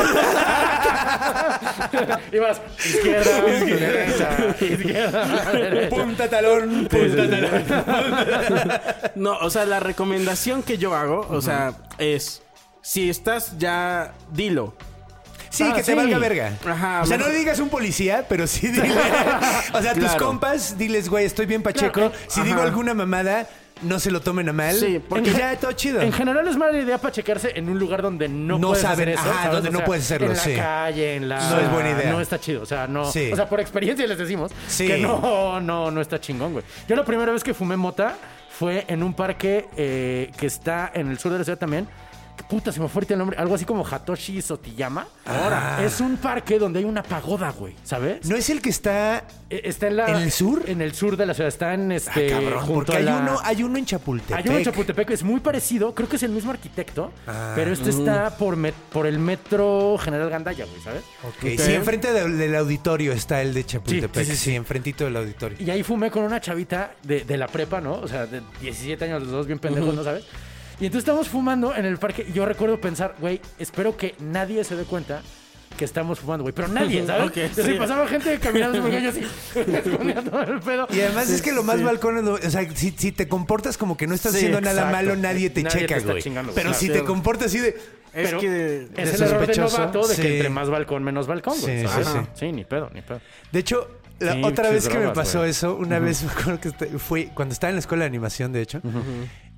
Speaker 4: Ibas izquierda,
Speaker 5: <laughs>
Speaker 4: derecha, izquierda, derecha.
Speaker 5: Punta talón, punta talón.
Speaker 3: No, o sea, la recomendación que yo hago, o sea, es... Si estás ya... Dilo.
Speaker 5: Sí,
Speaker 4: Ah,
Speaker 5: que te
Speaker 4: sí.
Speaker 5: valga verga.
Speaker 3: Ajá,
Speaker 5: o sea, no
Speaker 3: mejor-
Speaker 5: le digas a un policía, pero sí dile. o sea, tus
Speaker 3: Claro.
Speaker 5: compas, diles, güey, estoy bien pacheco.
Speaker 4: Claro.
Speaker 5: Si
Speaker 3: Ajá.
Speaker 5: digo alguna mamada, no se lo tomen a mal.
Speaker 3: Sí,
Speaker 5: porque
Speaker 4: En-
Speaker 5: ya todo chido.
Speaker 4: En general es mala idea checarse en un lugar donde no,
Speaker 5: No
Speaker 4: puedes
Speaker 5: saben,
Speaker 4: hacer eso.
Speaker 5: ajá, donde no puedes hacerlo,
Speaker 4: En la
Speaker 5: sí.
Speaker 4: calle, en la...
Speaker 5: No es buena idea.
Speaker 4: No está chido, o sea, no...
Speaker 5: Sí.
Speaker 4: O sea, por experiencia les decimos
Speaker 5: Sí.
Speaker 4: que no, no, no está chingón, güey. Yo la primera vez que fumé mota fue en un parque eh, que está en el sur de la ciudad también. Que Puta, se me fue ahorita el nombre. Algo así como Hatoshi Sotiyama. Ahora. Es un parque donde hay una pagoda, güey, ¿sabes?
Speaker 5: No es el que está.
Speaker 4: Eh, Está en la...
Speaker 5: ¿En el sur?
Speaker 4: En el sur de la ciudad. Está en
Speaker 5: Ah,
Speaker 4: este...
Speaker 5: cabrón,
Speaker 4: junto
Speaker 5: porque
Speaker 4: a
Speaker 5: hay,
Speaker 4: la-
Speaker 5: uno, hay uno en Chapultepec.
Speaker 4: hay uno en Chapultepec que es muy parecido, creo que es el mismo arquitecto,
Speaker 5: Ah.
Speaker 4: pero este
Speaker 3: Mm.
Speaker 4: está por, met- por el metro General Gandaya, güey, ¿sabes?
Speaker 5: Ok, Sí, enfrente de- del auditorio está el de Chapultepec.
Speaker 4: Sí,
Speaker 5: Sí,
Speaker 4: sí, sí, sí.
Speaker 5: enfrentito del auditorio.
Speaker 4: Y ahí fumé con una chavita de, de la prepa, ¿no? O sea, de 17 años, los dos bien pendejos, ¿no sabes? Y entonces estamos fumando en el parque. y Yo recuerdo pensar, güey, espero que nadie se dé cuenta que estamos fumando, güey. Pero nadie, ¿sabes?
Speaker 3: <laughs> Ok,
Speaker 4: Entonces,
Speaker 3: sí.
Speaker 4: pasaba gente caminando por yo así,
Speaker 3: <laughs>
Speaker 4: <laughs> escondía todo el pedo.
Speaker 5: Y además es que lo más balcón es lo- O sea, si, si te comportas como que no estás
Speaker 3: Sí,
Speaker 5: haciendo nada
Speaker 4: exacto.
Speaker 5: malo, nadie te
Speaker 4: Nadie te
Speaker 5: checa,
Speaker 4: está
Speaker 5: güey.
Speaker 4: chingando,
Speaker 5: Pero
Speaker 4: claro.
Speaker 5: si te comportas así de.
Speaker 3: Es
Speaker 4: Pero
Speaker 3: que...
Speaker 4: es
Speaker 5: de
Speaker 4: el error de
Speaker 5: sospechoso,
Speaker 4: novato de
Speaker 5: sí.
Speaker 4: que entre más balcón, menos balcón, güey.
Speaker 5: Sí, sí,
Speaker 4: ¿sabes?
Speaker 5: sí.
Speaker 4: sí, ni pedo, ni pedo.
Speaker 5: De hecho, la
Speaker 4: Sí,
Speaker 5: otra
Speaker 4: sí,
Speaker 5: vez que me
Speaker 4: drogas,
Speaker 5: pasó
Speaker 4: güey.
Speaker 5: eso, una vez me acuerdo que este- fue cuando estaba en la escuela de animación, de hecho,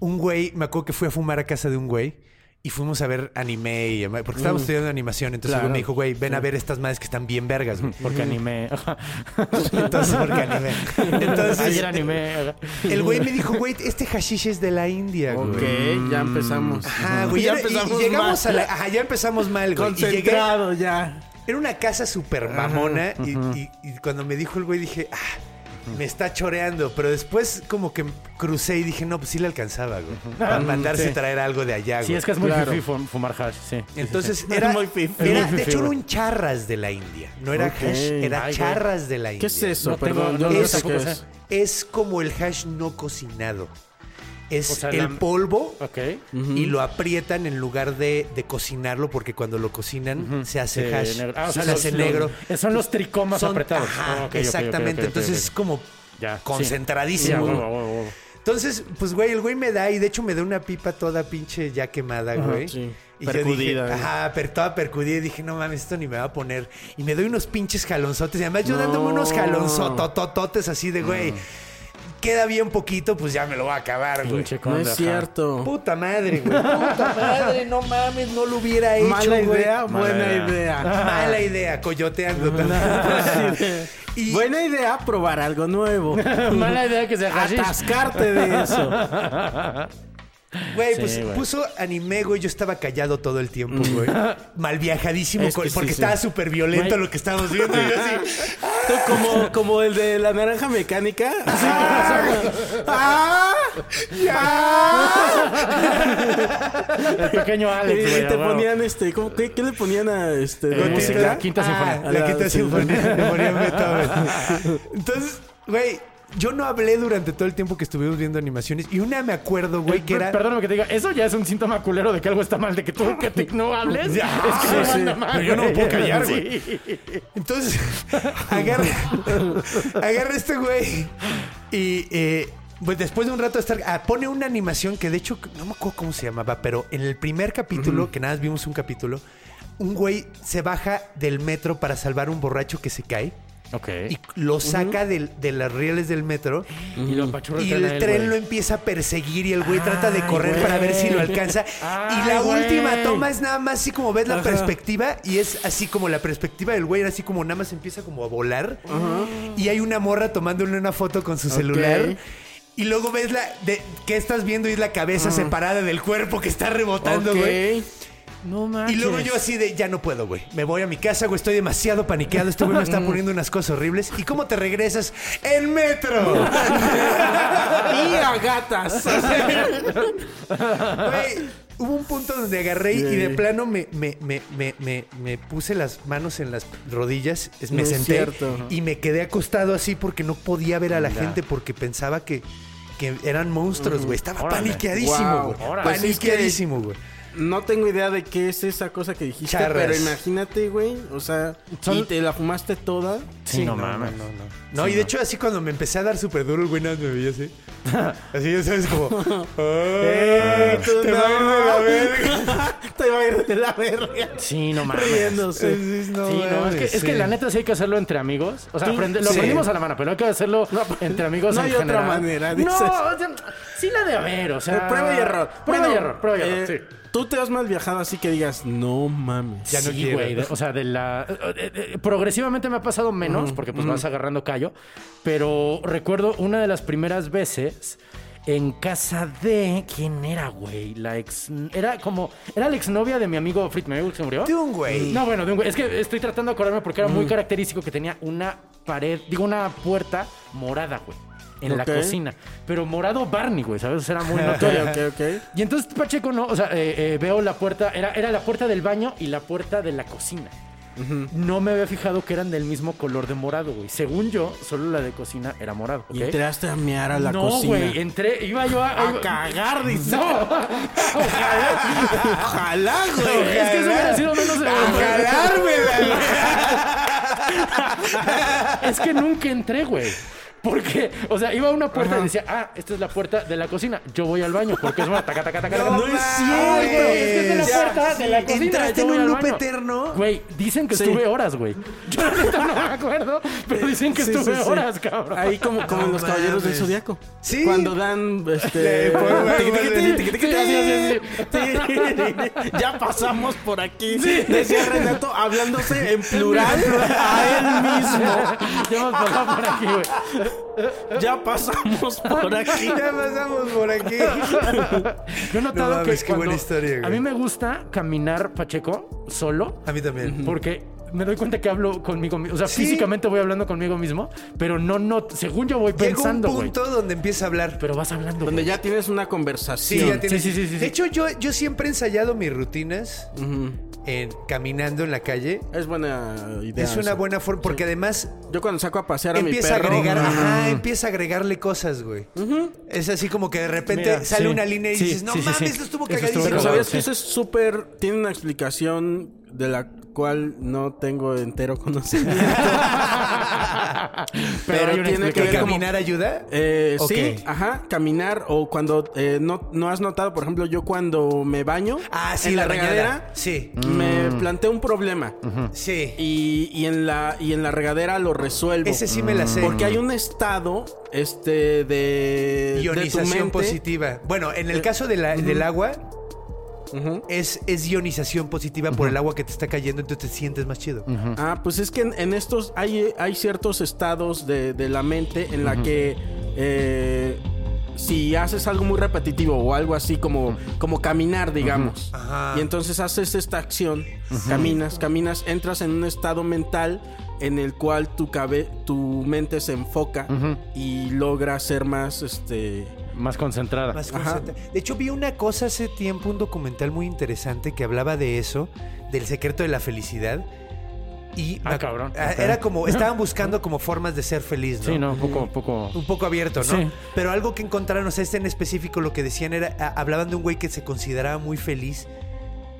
Speaker 5: un güey, me acuerdo que fui a fumar a casa de un güey y fuimos a ver anime y ama- porque
Speaker 4: Mm.
Speaker 5: estábamos estudiando animación, entonces el güey me dijo, güey, ven a ver estas madres que están bien vergas, güey.
Speaker 4: Porque animé.
Speaker 5: <laughs> Entonces, porque anime. Entonces,
Speaker 4: Ayer animé.
Speaker 5: el güey me dijo, güey, este hashish es de la India, güey.
Speaker 3: Ok, ya empezamos.
Speaker 5: Ajá, güey.
Speaker 3: Mm. Ya
Speaker 5: era- y-
Speaker 3: empezamos
Speaker 5: y llegamos
Speaker 3: mal.
Speaker 5: a la. Ajá, ya empezamos mal, güey. Y llegué-
Speaker 3: Concentrado ya.
Speaker 5: Era una casa súper mamona y, y- y cuando me dijo el güey dije, ah, me está choreando. Pero después como que crucé y dije, no, pues sí le alcanzaba, güey. Para mandarse
Speaker 4: Sí.
Speaker 5: traer algo de allá, güey.
Speaker 4: Sí, es que es muy
Speaker 3: Claro.
Speaker 4: difícil fumar hash, sí.
Speaker 5: Entonces era,
Speaker 3: muy fifí.
Speaker 5: era-
Speaker 4: Es muy
Speaker 5: de
Speaker 4: fifí,
Speaker 5: hecho era
Speaker 4: güey.
Speaker 5: un charras de la India, no era
Speaker 3: Ok.
Speaker 5: hash, era
Speaker 4: Ay, güey.
Speaker 5: charras de la India.
Speaker 3: ¿Qué es eso?
Speaker 4: No tengo-
Speaker 3: Perdón,
Speaker 4: no,
Speaker 3: yo no
Speaker 5: es,
Speaker 3: sé qué
Speaker 4: tampoco
Speaker 3: es.
Speaker 4: sé.
Speaker 5: es como el hash no cocinado. Es
Speaker 4: O sea,
Speaker 5: el
Speaker 4: la-
Speaker 5: polvo
Speaker 4: Ok.
Speaker 5: y lo aprietan en lugar de, de cocinarlo porque cuando lo cocinan se hace
Speaker 4: Eh,
Speaker 5: hash,
Speaker 4: negro. Ah, o
Speaker 5: se
Speaker 4: sea, los-
Speaker 5: hace
Speaker 4: los- eh,
Speaker 5: negro.
Speaker 4: son los tricomas
Speaker 5: Son-
Speaker 4: apretados.
Speaker 5: ajá,
Speaker 4: Ah, ok, ok, ok,
Speaker 5: exactamente.
Speaker 4: ok, ok,
Speaker 5: Entonces
Speaker 4: ok.
Speaker 5: es como
Speaker 4: Ya, sí.
Speaker 5: concentradísimo.
Speaker 4: Sí, a huevo, a huevo, a huevo.
Speaker 5: Entonces, pues güey, el güey me da y de hecho me da una pipa toda pinche ya quemada, güey.
Speaker 3: sí.
Speaker 5: Y yo
Speaker 3: Percudida, eh.
Speaker 5: dije,
Speaker 3: güey.
Speaker 5: ajá, pero toda percudida y dije, no mames, esto ni me va a poner. Y me doy unos pinches jalonzotes. Y además yo dándome unos jalonzotototes así de,
Speaker 3: Mm.
Speaker 5: güey, queda bien poquito, pues ya me lo voy a acabar, güey.
Speaker 4: Pinche
Speaker 3: No
Speaker 4: conde,
Speaker 3: es
Speaker 4: ajá.
Speaker 3: cierto.
Speaker 5: Puta madre,
Speaker 3: <laughs>
Speaker 5: güey. Puta madre, no mames, no lo hubiera hecho,
Speaker 3: Mala
Speaker 5: güey.
Speaker 3: idea,
Speaker 4: Mala
Speaker 3: buena
Speaker 4: idea. <laughs>
Speaker 3: idea. Pues
Speaker 5: Mala idea,
Speaker 3: <laughs>
Speaker 5: coyoteando también.
Speaker 3: Así de-
Speaker 5: Y-
Speaker 3: Buena idea probar algo <laughs> nuevo.
Speaker 4: <laughs> Mala idea que sea hashish.
Speaker 3: Atascarte de eso.
Speaker 5: Güey,
Speaker 4: Sí,
Speaker 5: pues
Speaker 4: güey.
Speaker 5: puso anime, güey. Yo estaba callado todo el tiempo, güey. Mal viajadísimo,
Speaker 3: Es que
Speaker 5: con-
Speaker 3: sí,
Speaker 5: porque
Speaker 3: sí.
Speaker 5: estaba súper violento
Speaker 4: Güey.
Speaker 5: lo que estábamos viendo. Y yo así,
Speaker 3: Tú como, como el de la naranja mecánica. Así
Speaker 5: "Ah,
Speaker 3: ¡Ah! ¡Ah!
Speaker 4: El pequeño
Speaker 3: Y,
Speaker 4: Alex, güey.
Speaker 3: y
Speaker 4: a
Speaker 3: te
Speaker 4: huevo.
Speaker 3: ponían este. ¿cómo- qué, qué le ponían a este?
Speaker 4: Eh,
Speaker 3: la música?
Speaker 4: la quinta sinfonía.
Speaker 5: Ah, la
Speaker 3: La-
Speaker 5: quinta
Speaker 3: sí.
Speaker 5: sinfonía. sinfonía de Beethoven. Entonces, güey, yo no hablé durante todo el tiempo que estuvimos viendo animaciones. Y una me acuerdo, güey, que
Speaker 4: Per-
Speaker 5: era.
Speaker 4: Perdóname que te diga, eso ya es un síntoma culero de que algo está mal, de que tú que te- no hables.
Speaker 5: Ya,
Speaker 4: <laughs> es que
Speaker 5: sí,
Speaker 4: no anda
Speaker 5: sí.
Speaker 4: mal,
Speaker 5: Pero yo no me
Speaker 4: güey.
Speaker 5: puedo callar,
Speaker 4: Sí.
Speaker 5: Entonces, <laughs> agarra, agarra este güey y eh, pues después de un rato de estar... ah, pone una animación que de hecho no me acuerdo cómo se llamaba, pero en el primer capítulo, que nada más vimos un capítulo, un güey se baja del metro para salvar un borracho que se cae
Speaker 4: Ok.
Speaker 5: y lo saca del- de las rieles del metro.
Speaker 4: Y lo apachurra
Speaker 5: Y el
Speaker 4: a él,
Speaker 5: tren
Speaker 4: güey.
Speaker 5: lo empieza a perseguir y el güey trata de
Speaker 4: Ay,
Speaker 5: correr
Speaker 4: güey.
Speaker 5: para ver si lo alcanza.
Speaker 4: Ay,
Speaker 5: y la
Speaker 4: güey.
Speaker 5: última toma es nada más así como ves la perspectiva y es así como la perspectiva del güey, era así como nada más empieza como a volar. Y hay una morra tomándole una foto con su celular. Y luego ves la de que estás viendo y es la cabeza separada del cuerpo que está rebotando,
Speaker 3: Ok.
Speaker 5: güey.
Speaker 4: No
Speaker 5: Y
Speaker 4: manches.
Speaker 5: luego yo así de, ya no puedo, güey. Me voy a mi casa, güey. Estoy demasiado paniqueado. Este güey me está poniendo unas cosas horribles. ¿Y cómo te regresas? ¡En metro!
Speaker 3: Mira, gatas.
Speaker 5: Güey, hubo un punto donde agarré y de plano me, me, me, me, me, me puse las manos en las rodillas, es- me
Speaker 3: No es
Speaker 5: senté
Speaker 3: cierto.
Speaker 5: y me quedé acostado así porque no podía ver a la gente porque pensaba que, que eran monstruos, güey. Estaba
Speaker 4: Órale.
Speaker 5: paniqueadísimo,
Speaker 3: Wow.
Speaker 5: güey.
Speaker 4: Órale.
Speaker 3: Pues es que-
Speaker 5: Paniqueadísimo, güey.
Speaker 3: No tengo idea de qué es esa cosa que dijiste,
Speaker 5: Charras.
Speaker 3: pero imagínate, güey. O sea,
Speaker 4: Son-
Speaker 3: ¿y te la fumaste toda?
Speaker 4: Sí, no, mames.
Speaker 5: No, no, no. y de hecho, así cuando me empecé a dar súper duro, el güey nada más me veía
Speaker 4: <laughs>
Speaker 5: así. Así, ya sabes, como.
Speaker 4: Eh,
Speaker 5: "Ah,
Speaker 3: tú
Speaker 5: te va a ir de la
Speaker 3: no.
Speaker 5: verga".
Speaker 3: <laughs> te va a ir de la verga.
Speaker 4: <laughs> Sí, no mames.
Speaker 3: Riéndose.
Speaker 5: Sí,
Speaker 4: eh, Sí, no, es
Speaker 5: mames,
Speaker 4: que, es que
Speaker 5: sí.
Speaker 4: la neta sí hay que hacerlo entre amigos. O sea, aprende- lo
Speaker 5: Sí.
Speaker 4: aprendimos a la mano, pero hay que hacerlo entre amigos
Speaker 3: no
Speaker 4: en
Speaker 3: hay otra
Speaker 4: general.
Speaker 3: manera,
Speaker 4: No,
Speaker 3: dices.
Speaker 4: o sea, sí la de haber, o sea...
Speaker 3: Eh, Prueba y error.
Speaker 4: Prueba y
Speaker 3: Bueno,
Speaker 4: error, prueba y error,
Speaker 3: eh,
Speaker 4: sí.
Speaker 3: Tú te has mal viajado así que digas, no mames.
Speaker 5: Ya no
Speaker 4: sí,
Speaker 5: quiero.
Speaker 4: güey. de- O sea, de la. eh, eh, eh, progresivamente me ha pasado menos, porque pues vas agarrando callo. Pero recuerdo una de las primeras veces. En casa de. ¿Quién era, güey? La ex. Era como. Era la exnovia de mi amigo Fritz, mi amigo que se murió.
Speaker 5: De un güey.
Speaker 4: No, bueno, de un güey. Es que estoy tratando de acordarme porque era muy
Speaker 5: Mm.
Speaker 4: característico que tenía una pared, digo, una puerta morada, güey. En la
Speaker 3: Ok.
Speaker 4: cocina. Pero morado Barney, güey, ¿sabes? O sea, Era muy notorio.
Speaker 3: <laughs>
Speaker 5: <laughs>
Speaker 3: Ok, ok, ok.
Speaker 4: Y entonces Pacheco no, o sea, eh, eh, veo la puerta, era, era la puerta del baño y la puerta de la cocina. No me había fijado que eran del mismo color de morado, güey. Según yo, solo la de cocina era morado. ¿ok?
Speaker 3: Y entraste a mear a la
Speaker 4: no,
Speaker 3: cocina. Ah,
Speaker 4: güey, entré, iba yo a...
Speaker 3: A cagar, dice.
Speaker 4: <laughs> No, ojalá.
Speaker 3: <laughs>
Speaker 4: <laughs>
Speaker 3: Ojalá, güey.
Speaker 4: es que eso hubiera sido menos... <laughs> es que nunca entré, güey. Porque, o sea, iba a una puerta y decía, ah, esta es la puerta de la cocina. Yo voy al baño porque es una taca, taca, taca, taca.
Speaker 3: No es cierto.
Speaker 4: Es que es de la
Speaker 3: Ya,
Speaker 4: puerta de la
Speaker 5: sí.
Speaker 4: cocina.
Speaker 5: Entraste
Speaker 4: yo
Speaker 5: en
Speaker 4: voy
Speaker 5: un
Speaker 4: al
Speaker 5: loop
Speaker 4: baño.
Speaker 5: eterno.
Speaker 4: Güey, dicen que
Speaker 3: Sí.
Speaker 4: estuve horas, güey. Yo la neta no me acuerdo, pero dicen que
Speaker 3: Sí,
Speaker 4: estuve
Speaker 3: sí, sí.
Speaker 4: horas, cabrón.
Speaker 3: Ahí como, como en los
Speaker 5: No
Speaker 3: caballeros del
Speaker 5: mames.
Speaker 3: zodiaco.
Speaker 5: Sí.
Speaker 3: Cuando dan este.
Speaker 4: <laughs>
Speaker 5: Sí, pues, güey,
Speaker 3: tiqui,
Speaker 5: güey,
Speaker 3: tiqui,
Speaker 5: güey.
Speaker 3: tiqui, tiqui,
Speaker 4: Sí, así,
Speaker 3: tiqui. Ya pasamos por aquí. Decía Renato hablándose en
Speaker 5: <laughs>
Speaker 3: plural a él
Speaker 4: <laughs>
Speaker 3: mismo.
Speaker 4: Ya hemos pasado por aquí, güey.
Speaker 3: Ya pasamos por aquí.
Speaker 5: Ya pasamos por aquí.
Speaker 4: Yo he notado
Speaker 5: No mames,
Speaker 4: que
Speaker 5: qué buena
Speaker 4: cuando-
Speaker 5: historia, güey.
Speaker 4: a mí me gusta caminar Pacheco solo
Speaker 5: A mí también.
Speaker 4: porque me doy cuenta que hablo conmigo mismo. O sea,
Speaker 5: Sí.
Speaker 4: físicamente voy hablando conmigo mismo, pero no, no, según yo voy
Speaker 5: Llega un
Speaker 4: pensando, güey.
Speaker 5: punto donde empieza a hablar. pues,
Speaker 4: Pero vas hablando.
Speaker 3: Donde
Speaker 4: güey.
Speaker 3: ya tienes una
Speaker 5: Sí,
Speaker 3: conversación.
Speaker 5: ya tienes-
Speaker 4: sí, sí, sí, sí.
Speaker 5: De hecho, yo, yo siempre he ensayado mis rutinas en- caminando en la calle.
Speaker 3: Es buena idea.
Speaker 5: Es una
Speaker 3: esa.
Speaker 5: buena forma, porque además
Speaker 3: Yo cuando saco a pasear a mi
Speaker 5: empieza a
Speaker 3: perro.
Speaker 5: agregar,
Speaker 3: mm,
Speaker 5: ajá, empieza a agregarle cosas, güey. Es así como que de repente
Speaker 4: Mira,
Speaker 5: sale
Speaker 4: sí,
Speaker 5: una línea y
Speaker 4: sí,
Speaker 5: dices, no
Speaker 4: sí, sí,
Speaker 5: mames,
Speaker 4: sí.
Speaker 5: esto estuvo
Speaker 4: Eso estuvo
Speaker 5: cagadísimo.
Speaker 3: Pero
Speaker 4: Claro,
Speaker 3: sabías
Speaker 5: <laughs>
Speaker 4: sí.
Speaker 3: que eso es súper. Tiene una explicación de la cual no tengo entero conocimiento. <laughs>
Speaker 4: pero,
Speaker 3: pero
Speaker 4: hay
Speaker 3: tiene
Speaker 4: una
Speaker 3: que
Speaker 5: ¿Que
Speaker 3: ver
Speaker 4: explicación.
Speaker 3: como-
Speaker 5: caminar ayuda?
Speaker 3: Eh,
Speaker 5: Ok.
Speaker 3: Sí, ajá, caminar o cuando eh, no, no has notado, por ejemplo, yo cuando me baño
Speaker 5: Ah, sí,
Speaker 3: en
Speaker 5: la regadera. Sí.
Speaker 3: me planteo un problema
Speaker 5: Sí.
Speaker 3: y, y en la, y en la regadera lo resuelvo.
Speaker 5: Ese sí me la sé. Mm.
Speaker 3: Porque hay un estado este, de, de tu
Speaker 5: Ionización
Speaker 3: mente.
Speaker 5: positiva. Bueno, en el caso de la- del agua,
Speaker 3: Ujú.
Speaker 5: es, es ionización positiva por el agua que te está cayendo, entonces te sientes más chido.
Speaker 3: Ah, pues es que en, en estos hay, hay ciertos estados de, de la mente en la que eh, si haces algo muy repetitivo o algo así como, como caminar, digamos,
Speaker 5: Ajá.
Speaker 3: y entonces haces esta acción, caminas, caminas, entras en un estado mental en el cual tu, cabe, tu mente se enfoca y logra ser más, este...
Speaker 4: Más concentrada.
Speaker 5: Más
Speaker 3: Ajá.
Speaker 5: concentra- De hecho, vi una cosa hace tiempo, un documental muy interesante que hablaba de eso, del secreto de la felicidad. Y
Speaker 4: Ah,
Speaker 5: me ac-
Speaker 4: cabrón.
Speaker 5: ah,
Speaker 4: Ok.
Speaker 5: Era como, estaban
Speaker 4: <laughs>
Speaker 5: buscando como formas de ser feliz, ¿no?
Speaker 4: Sí, no, un poco, un poco.
Speaker 5: Un poco abierto, ¿no?
Speaker 4: Sí.
Speaker 5: Pero algo que encontraron, o sea, este en específico lo que decían era, a- hablaban de un güey que se consideraba muy feliz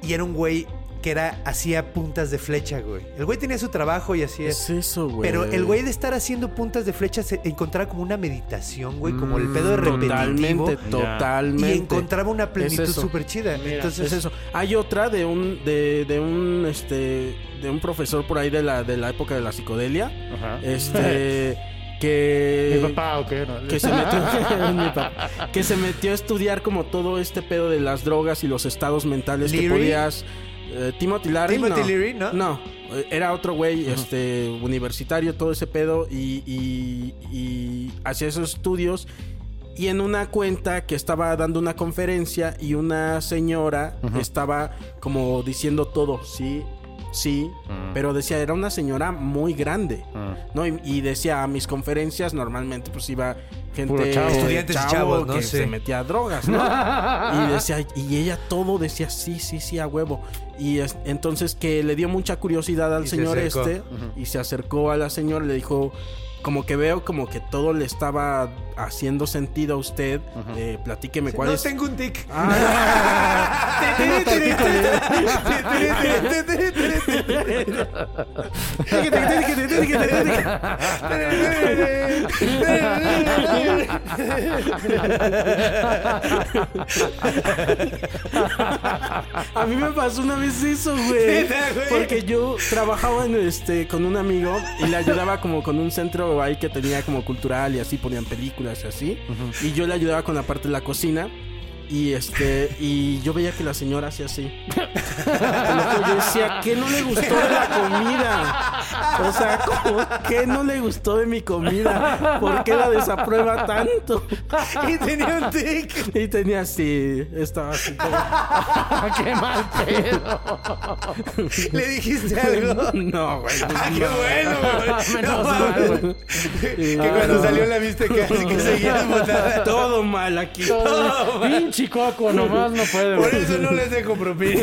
Speaker 5: y era un güey que era, hacía puntas de flecha, güey. El güey tenía su trabajo y hacía...
Speaker 3: Es eso, güey.
Speaker 5: Pero el güey de estar haciendo puntas de flecha se encontraba como una meditación, güey, como el
Speaker 4: Mm,
Speaker 5: pedo de repetitivo.
Speaker 3: Totalmente, totalmente.
Speaker 5: Y encontraba una plenitud
Speaker 3: eso.
Speaker 5: súper chida. Entonces,
Speaker 3: es eso. Hay otra de un, de, de un, este, de un profesor por ahí de la, de la época de la psicodelia,
Speaker 4: Ajá.
Speaker 3: este, que,
Speaker 4: Mi papá o qué, no.
Speaker 3: que se
Speaker 4: <laughs>
Speaker 3: metió, <laughs> mi papá, que se metió a estudiar como todo este pedo de las drogas y los estados mentales
Speaker 5: ¿Leary?
Speaker 3: que podías. eh, Timothy Leary,
Speaker 5: Timothy
Speaker 3: no.
Speaker 5: Leary, ¿no?
Speaker 3: eh, era otro güey, este, universitario, todo ese pedo y, y, y hacía esos estudios. y en una cuenta que estaba dando una conferencia y una señora estaba como diciendo todo, sí, sí, pero decía, era una señora muy grande, ¿no? Y, y decía, a mis conferencias normalmente pues iba gente,
Speaker 4: chavo.
Speaker 5: Estudiantes y chavos, ¿no?
Speaker 3: que
Speaker 5: Sí.
Speaker 3: se metía a
Speaker 4: <laughs>
Speaker 3: drogas, ¿no?
Speaker 4: Ah,
Speaker 3: y decía, y ella todo decía, sí, sí, sí, a huevo. Y es- entonces que le dio mucha curiosidad al
Speaker 5: Y se
Speaker 3: señor
Speaker 5: acercó.
Speaker 3: este y se acercó a la señora y le dijo como que veo como que todo le estaba haciendo sentido a usted eh, platíqueme cuál
Speaker 5: No
Speaker 3: es
Speaker 5: tengo un tic.
Speaker 3: <laughs>
Speaker 5: <laughs>
Speaker 3: a mí me pasó una vez eso güey
Speaker 5: <laughs> Neta, güey.
Speaker 3: porque yo trabajaba en este con un amigo y le ayudaba como con un centro ahí que tenía como cultural y así ponían películas y así y yo le ayudaba con la parte de la cocina y este y yo veía que la señora hacía así Te lo juro, yo decía, ¿qué no le gustó de la comida? O sea, como, ¿qué no le gustó de mi comida? ¿Por qué la desaprueba tanto?
Speaker 5: Y tenía un tic.
Speaker 3: Y tenía así, estaba así. como-
Speaker 4: ¡Qué mal pedo!
Speaker 3: <laughs>
Speaker 5: ¿Le dijiste <laughs> algo?
Speaker 3: No, güey.
Speaker 5: ¡Ah, qué bueno, güey! No
Speaker 4: Menos mal,
Speaker 5: mames. Que cuando salió la viste que así que seguías
Speaker 3: <laughs>
Speaker 5: botada.
Speaker 3: Todo mal aquí.
Speaker 4: Pinche coco, nomás no puede.
Speaker 5: Por
Speaker 4: güey.
Speaker 5: eso no les dejo propina.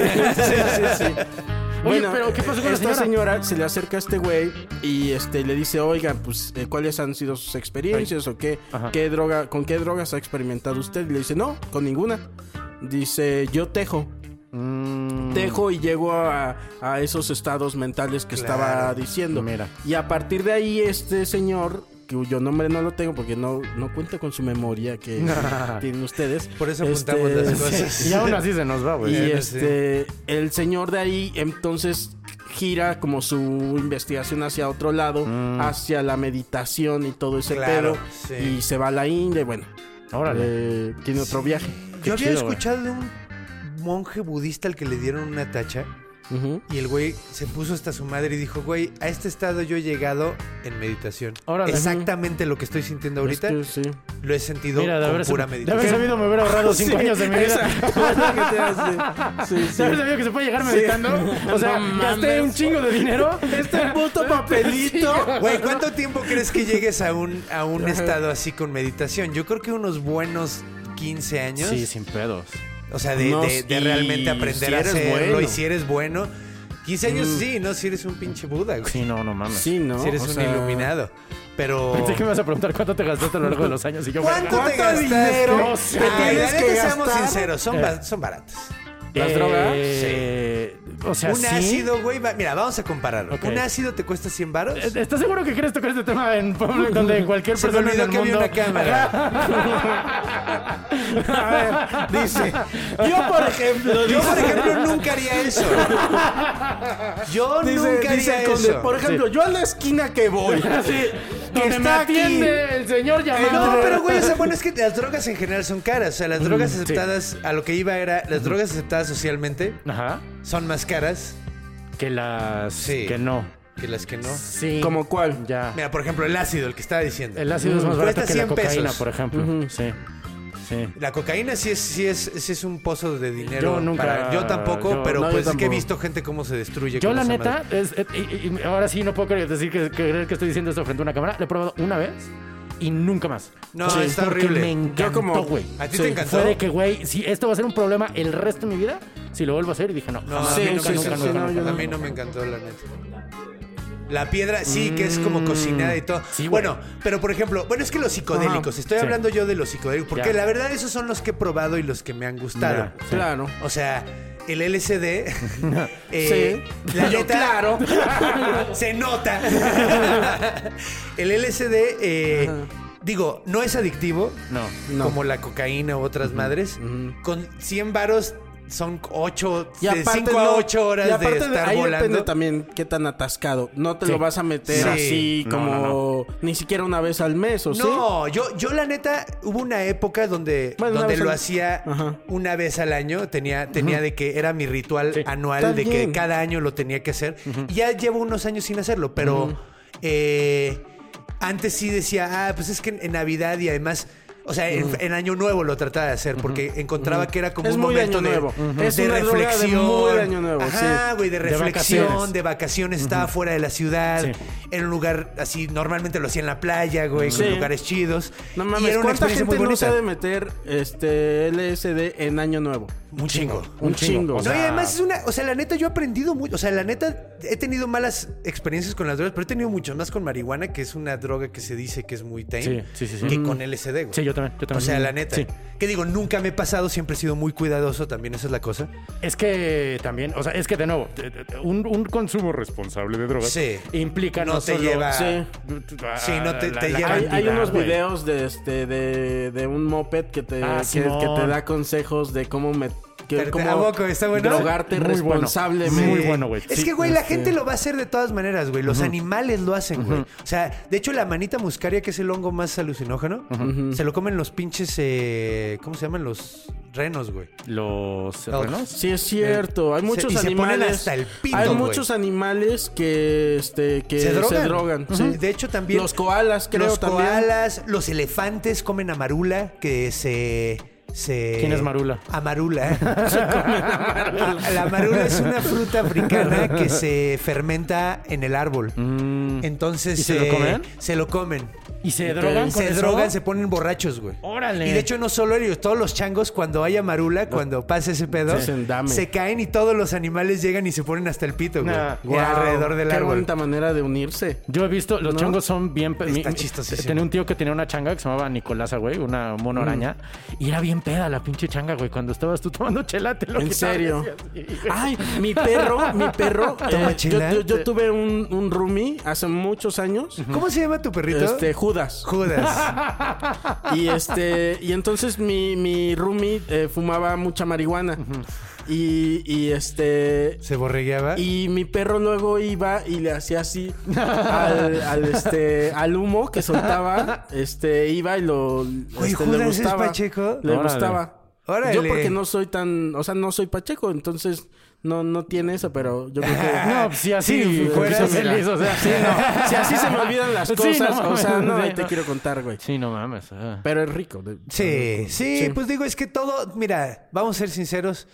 Speaker 4: Oye,
Speaker 3: Bueno,
Speaker 4: pero ¿qué pasó con la
Speaker 3: esta
Speaker 4: señora?
Speaker 3: señora? se le acerca a este güey y este le dice, oiga, pues, eh, ¿cuáles han sido sus experiencias o qué, qué droga, con qué drogas ha experimentado usted? Y le dice, no, con ninguna. Dice, yo tejo.
Speaker 4: Mm.
Speaker 3: Tejo y llego a, a esos estados mentales que estaba diciendo.
Speaker 4: Mira.
Speaker 3: Y a partir de ahí, este señor, cuyo nombre no lo tengo porque no, no cuenta con su memoria
Speaker 4: <laughs>
Speaker 3: que tienen ustedes.
Speaker 5: Por eso
Speaker 3: <laughs>
Speaker 5: apuntamos
Speaker 3: este,
Speaker 5: las cosas.
Speaker 4: Y aún así se nos va,
Speaker 3: y
Speaker 4: güey.
Speaker 5: Bueno,
Speaker 3: este, el señor de ahí entonces gira como su investigación hacia otro lado, hacia la meditación y todo ese
Speaker 5: Claro,
Speaker 3: pedo.
Speaker 5: sí.
Speaker 3: Y se va a la India y bueno,
Speaker 4: Órale.
Speaker 3: eh, tiene otro viaje.
Speaker 5: Yo había
Speaker 4: chido, güey.
Speaker 5: escuchado de un monje budista al que le dieron una tacha.
Speaker 3: Ujú.
Speaker 5: Y el güey se puso hasta su madre y dijo, güey, a este estado yo he llegado en meditación.
Speaker 4: Órale.
Speaker 5: Exactamente lo que estoy sintiendo
Speaker 3: Es
Speaker 5: ahorita,
Speaker 3: que sí.
Speaker 5: lo he sentido
Speaker 4: Mira, de
Speaker 5: con
Speaker 4: haber,
Speaker 5: pura
Speaker 4: de haber
Speaker 5: meditación.
Speaker 4: sabido me hubiera
Speaker 3: <laughs>
Speaker 5: <laughs>
Speaker 4: ahorrado cinco años de mi vida.
Speaker 3: Exacto. Sí, sí.
Speaker 4: De haber sabido que se puede llegar meditando. O sea,
Speaker 3: No
Speaker 4: gasté
Speaker 3: mames.
Speaker 4: un chingo de
Speaker 5: <laughs>
Speaker 4: dinero. <laughs>
Speaker 3: Este puto papelito.
Speaker 5: Güey, ¿cuánto tiempo crees que llegues a un, a un estado así con meditación? Yo creo que unos buenos 15 años.
Speaker 4: Sí, sin pedos.
Speaker 5: O sea, de,
Speaker 3: No,
Speaker 5: de- de
Speaker 3: y
Speaker 5: realmente aprender
Speaker 3: si
Speaker 5: a
Speaker 3: eres
Speaker 5: hacerlo.
Speaker 3: bueno.
Speaker 5: Y si eres bueno. 15 años sí, ¿no? Si eres un pinche Buda, güey.
Speaker 4: Mm. Sí, no, no mames.
Speaker 3: Sí, ¿no?
Speaker 5: Si eres
Speaker 3: O
Speaker 5: un
Speaker 3: sea,
Speaker 5: iluminado. Pero...
Speaker 4: Pensé que me vas a preguntar cuánto te gastaste a lo largo de los años y yo...
Speaker 5: ¿Cuánto,
Speaker 4: verga.
Speaker 5: te
Speaker 3: ¿Cuánto
Speaker 5: gastaste?
Speaker 3: dinero
Speaker 5: No
Speaker 4: te
Speaker 5: sé.
Speaker 4: tienes
Speaker 5: Ay, la neta,
Speaker 3: que
Speaker 5: seamos
Speaker 3: gastar?
Speaker 5: sinceros, son, ba- son baratas.
Speaker 3: ¿Las drogas?
Speaker 4: Eh, O sea,
Speaker 5: Un
Speaker 4: sí.
Speaker 5: ácido, güey, va- mira, vamos a compararlo.
Speaker 4: Ok. Eh,
Speaker 5: Un ácido te cuesta 100 varos.
Speaker 4: ¿Estás seguro que quieres tocar este tema en
Speaker 5: <laughs>
Speaker 4: público donde cualquier
Speaker 5: Se me
Speaker 4: persona en
Speaker 5: olvidó
Speaker 4: el
Speaker 5: que había
Speaker 4: mundo...
Speaker 5: una cámara.
Speaker 3: A ver, dice. Yo, por ejemplo,
Speaker 5: Yo,
Speaker 3: dice-
Speaker 5: por ejemplo, nunca haría eso. Yo
Speaker 3: dice,
Speaker 5: nunca
Speaker 3: dice
Speaker 5: haría
Speaker 3: el conde,
Speaker 5: eso.
Speaker 3: por ejemplo, yo a la esquina que voy.
Speaker 4: Sí,
Speaker 3: Que
Speaker 4: donde me
Speaker 3: está aquí.
Speaker 4: atiende el señor
Speaker 5: Eh,
Speaker 4: llamando.
Speaker 5: No, pero güey, o sea, bueno, es que las drogas en general son caras. O sea, las drogas
Speaker 4: sí.
Speaker 5: aceptadas, a lo que iba era, las drogas aceptadas socialmente
Speaker 4: Ajá.
Speaker 5: son más caras
Speaker 4: Que las...
Speaker 5: Sí.
Speaker 4: Que no.
Speaker 5: que las que no.
Speaker 4: Sí.
Speaker 3: ¿Como cuál?
Speaker 4: Ya.
Speaker 5: Mira, por ejemplo, el ácido, el que estaba diciendo. Mm.
Speaker 4: El ácido es más
Speaker 5: Cuesta
Speaker 4: barato que la
Speaker 5: 100
Speaker 4: cocaína,
Speaker 5: pesos.
Speaker 4: por ejemplo. Sí. Sí.
Speaker 5: La cocaína sí es, sí es, sí es un pozo de dinero.
Speaker 4: Yo nunca-
Speaker 5: para- yo tampoco,
Speaker 4: yo-
Speaker 5: pero
Speaker 3: no, yo
Speaker 5: pues es que he
Speaker 3: tampoco.
Speaker 5: visto gente cómo se destruye.
Speaker 4: Yo,
Speaker 5: con
Speaker 4: la
Speaker 5: esa
Speaker 4: neta,
Speaker 5: madre.
Speaker 4: es- eh, y- y- y ahora sí no puedo creer, decir que, que creer que estoy diciendo esto frente a una cámara. Lo he probado una vez y nunca más.
Speaker 5: No,
Speaker 4: Sí,
Speaker 5: está
Speaker 4: porque
Speaker 5: horrible.
Speaker 4: Me encantó,
Speaker 3: Yo como-
Speaker 4: güey.
Speaker 5: ¿A ti
Speaker 3: Sí,
Speaker 5: te encantó?
Speaker 4: Fue de que, güey, si esto va a ser un problema el resto de mi vida, si lo vuelvo a hacer, y dije, no.
Speaker 5: No,
Speaker 4: jamás,
Speaker 5: a
Speaker 3: Sí,
Speaker 5: mí no
Speaker 3: sí,
Speaker 5: me
Speaker 3: sí,
Speaker 5: encantó.
Speaker 3: sí, no, yo
Speaker 5: a
Speaker 3: no.
Speaker 5: mí no me encantó, la neta. La piedra, sí, que es
Speaker 3: Mm,
Speaker 5: como cocinada y todo.
Speaker 4: Sí, güey.
Speaker 5: bueno, pero por ejemplo, bueno, es que los psicodélicos,
Speaker 3: Ajá.
Speaker 5: estoy
Speaker 4: Sí.
Speaker 5: hablando yo de los psicodélicos, porque
Speaker 4: Ya.
Speaker 5: la verdad esos son los que he probado y los que me han gustado.
Speaker 4: Ya.
Speaker 3: Claro.
Speaker 5: O sea,
Speaker 3: <laughs>
Speaker 5: el LCD,
Speaker 3: Sí.
Speaker 5: eh, la
Speaker 3: Yo,
Speaker 5: neta,
Speaker 3: claro.
Speaker 5: <laughs> se nota. <laughs> el LCD, eh, digo, no es adictivo,
Speaker 4: No.
Speaker 3: No.
Speaker 5: como la cocaína u otras madres. Con 100 varos son 8,
Speaker 3: Y
Speaker 5: de 5
Speaker 3: no-
Speaker 5: a 8 horas
Speaker 3: y aparte
Speaker 5: de estar
Speaker 3: ahí depende
Speaker 5: volando.
Speaker 3: también qué tan atascado. No te
Speaker 4: Sí.
Speaker 3: lo vas a meter
Speaker 5: Sí.
Speaker 3: así
Speaker 4: No,
Speaker 3: como
Speaker 4: no,
Speaker 3: ni siquiera una vez al mes, ¿o sí?
Speaker 5: No, yo, yo la neta, hubo una época donde,
Speaker 3: Bueno, una
Speaker 5: donde
Speaker 3: vez
Speaker 5: lo
Speaker 3: al-
Speaker 5: hacía
Speaker 3: Ajá.
Speaker 5: una vez al año, tenía, tenía de que era mi ritual anual
Speaker 3: Está
Speaker 5: de que
Speaker 3: bien.
Speaker 5: cada año lo tenía que hacer. Y Ya llevo unos años sin hacerlo, pero eh, antes sí decía, ah, pues es que en, en Navidad y además O sea, en, en Año Nuevo lo trataba de hacer porque encontraba que era como
Speaker 3: Es
Speaker 5: un
Speaker 3: muy de
Speaker 5: momento
Speaker 3: Año
Speaker 5: de,
Speaker 3: Nuevo. Ujú.
Speaker 5: de
Speaker 3: Es una droga de
Speaker 5: reflexión.
Speaker 3: muy de Año Nuevo,
Speaker 5: Ajá,
Speaker 3: sí.
Speaker 5: güey, de
Speaker 3: De
Speaker 5: reflexión, de vacaciones,
Speaker 3: vacaciones.
Speaker 5: estaba fuera de la ciudad,
Speaker 4: Sí.
Speaker 5: en un lugar así, normalmente lo hacía en la playa, güey,
Speaker 3: Sí.
Speaker 5: con lugares chidos.
Speaker 3: No
Speaker 5: Y
Speaker 3: mames,
Speaker 5: era una
Speaker 3: ¿cuánta
Speaker 5: experiencia
Speaker 3: gente
Speaker 5: muy
Speaker 3: no
Speaker 5: bonita.
Speaker 3: sabe meter este LSD en Año Nuevo?
Speaker 5: Un chingo.
Speaker 3: Un chingo.
Speaker 4: O
Speaker 5: No,
Speaker 4: sea,
Speaker 5: y además es una. O sea, la neta, yo he aprendido mucho. O sea, la neta, he tenido malas experiencias con las drogas, pero he tenido mucho más con marihuana, que es una droga que se dice que es muy tame,
Speaker 4: Sí, sí, sí, sí.
Speaker 5: que
Speaker 4: Mm.
Speaker 5: con LSD, güey.
Speaker 4: Sí, yo también, yo también.
Speaker 5: O sea, la neta.
Speaker 4: Sí.
Speaker 5: Que digo, nunca me he pasado, siempre he sido muy cuidadoso también, esa es la cosa.
Speaker 4: Es que también, o sea, es que de nuevo, te- te- un, un consumo responsable de drogas
Speaker 5: Sí.
Speaker 4: implica
Speaker 5: No
Speaker 4: no,
Speaker 5: te
Speaker 4: solo-
Speaker 5: lleva-
Speaker 3: Sí.
Speaker 4: a-
Speaker 5: Sí, no te-
Speaker 4: la-
Speaker 5: te
Speaker 4: la
Speaker 5: lleva-
Speaker 3: Hay, hay
Speaker 4: cantidad,
Speaker 3: unos
Speaker 4: güey.
Speaker 3: videos de este de, de un moped que te,
Speaker 4: Ah,
Speaker 3: que,
Speaker 4: Simón.
Speaker 3: que te da consejos de cómo me que-
Speaker 5: Pero,
Speaker 3: cómo
Speaker 5: ¿a poco? ¿Está bueno?
Speaker 3: drogarte
Speaker 4: Muy bueno.
Speaker 3: responsablemente.
Speaker 4: Muy bueno, güey.
Speaker 5: Es
Speaker 4: Sí, este
Speaker 5: que, güey, la gente lo va a hacer de todas maneras, güey. Los animales lo hacen, güey. O sea, de hecho, la manita muscaria, que es el hongo más alucinógeno, se lo comen los pinches. eh, ¿Cómo se llaman? Los renos, güey.
Speaker 4: Los
Speaker 5: No.
Speaker 4: renos.
Speaker 3: Sí es cierto, hay
Speaker 5: Eh, Se-
Speaker 3: muchos
Speaker 5: y se ponen
Speaker 3: animales.
Speaker 5: hasta el pito,
Speaker 3: hay
Speaker 5: güey.
Speaker 3: muchos animales que este que
Speaker 5: se drogan.
Speaker 3: sí.
Speaker 5: Ujú. De hecho, también.
Speaker 3: los koalas creo
Speaker 5: Los
Speaker 3: también.
Speaker 5: koalas, los elefantes comen amarula, que se. se-
Speaker 4: ¿Quién es marula?
Speaker 3: <laughs>
Speaker 5: Amarula. La amarula es una fruta africana que se fermenta en el árbol. Entonces.
Speaker 4: Mm.
Speaker 5: eh,
Speaker 4: ¿Y se lo comen?
Speaker 5: Se lo comen.
Speaker 4: ¿Y se drogan con
Speaker 5: se
Speaker 4: eso?
Speaker 5: drogan, se ponen borrachos, güey.
Speaker 4: Órale.
Speaker 5: Y de hecho, no solo ellos, todos los changos, cuando hay amarula, cuando pasa ese pedo,
Speaker 3: Se hacen dame.
Speaker 5: se caen y todos los animales llegan y se ponen hasta el pito, güey.
Speaker 4: Nah.
Speaker 5: Y
Speaker 3: Guau,
Speaker 5: alrededor del
Speaker 3: qué
Speaker 5: árbol.
Speaker 3: bonita manera de unirse.
Speaker 4: Yo he visto, los
Speaker 3: ¿No?
Speaker 4: chongos son bien. pe- mi-
Speaker 5: Está
Speaker 4: mi-
Speaker 5: chistosísimo.
Speaker 4: Tenía un tío que tenía una changa que se llamaba Nicolasa, güey, una mono araña.
Speaker 5: Mm.
Speaker 4: Y era bien peda la pinche changa, güey. Cuando estabas tú tomando chela, te lo
Speaker 3: ¿En
Speaker 4: quitabas
Speaker 3: serio?
Speaker 4: y así, güey.
Speaker 3: Ay, mi perro, mi perro. eh,
Speaker 5: <laughs> Toma
Speaker 3: yo,
Speaker 5: chela.
Speaker 3: yo- yo tuve un, un roomie hace muchos años.
Speaker 5: ¿Cómo se llama tu perrito?
Speaker 3: Este, Judas.
Speaker 5: Judas.
Speaker 3: <laughs> Y este, y entonces mi, mi roomie eh, fumaba mucha marihuana. Y, y este.
Speaker 5: Se borregueaba.
Speaker 3: Y mi perro luego iba y le hacía así al, al, este, al humo que soltaba. Este, iba y lo.
Speaker 5: Güey,
Speaker 3: este,
Speaker 5: Judas es Pacheco.
Speaker 3: Le
Speaker 4: Órale.
Speaker 3: gustaba.
Speaker 5: Órale.
Speaker 3: Yo porque no soy tan. O sea, no soy Pacheco, entonces no, no tiene eso, pero yo creo
Speaker 5: <laughs>
Speaker 3: que.
Speaker 4: No, pues, si así
Speaker 5: Sí,
Speaker 4: me
Speaker 5: fuera-
Speaker 4: hizo feliz, o sea.
Speaker 3: Sí,
Speaker 4: <laughs>
Speaker 3: no. Si así se me olvidan las
Speaker 4: Sí,
Speaker 3: cosas,
Speaker 4: no,
Speaker 3: o sea, no,
Speaker 4: sí,
Speaker 3: ahí te
Speaker 4: no.
Speaker 3: quiero contar, güey.
Speaker 4: Sí, no mames. ah.
Speaker 3: Pero es rico. de-
Speaker 5: Sí, sí,
Speaker 3: Sí.
Speaker 5: pues digo, es que todo, mira, vamos a ser sinceros,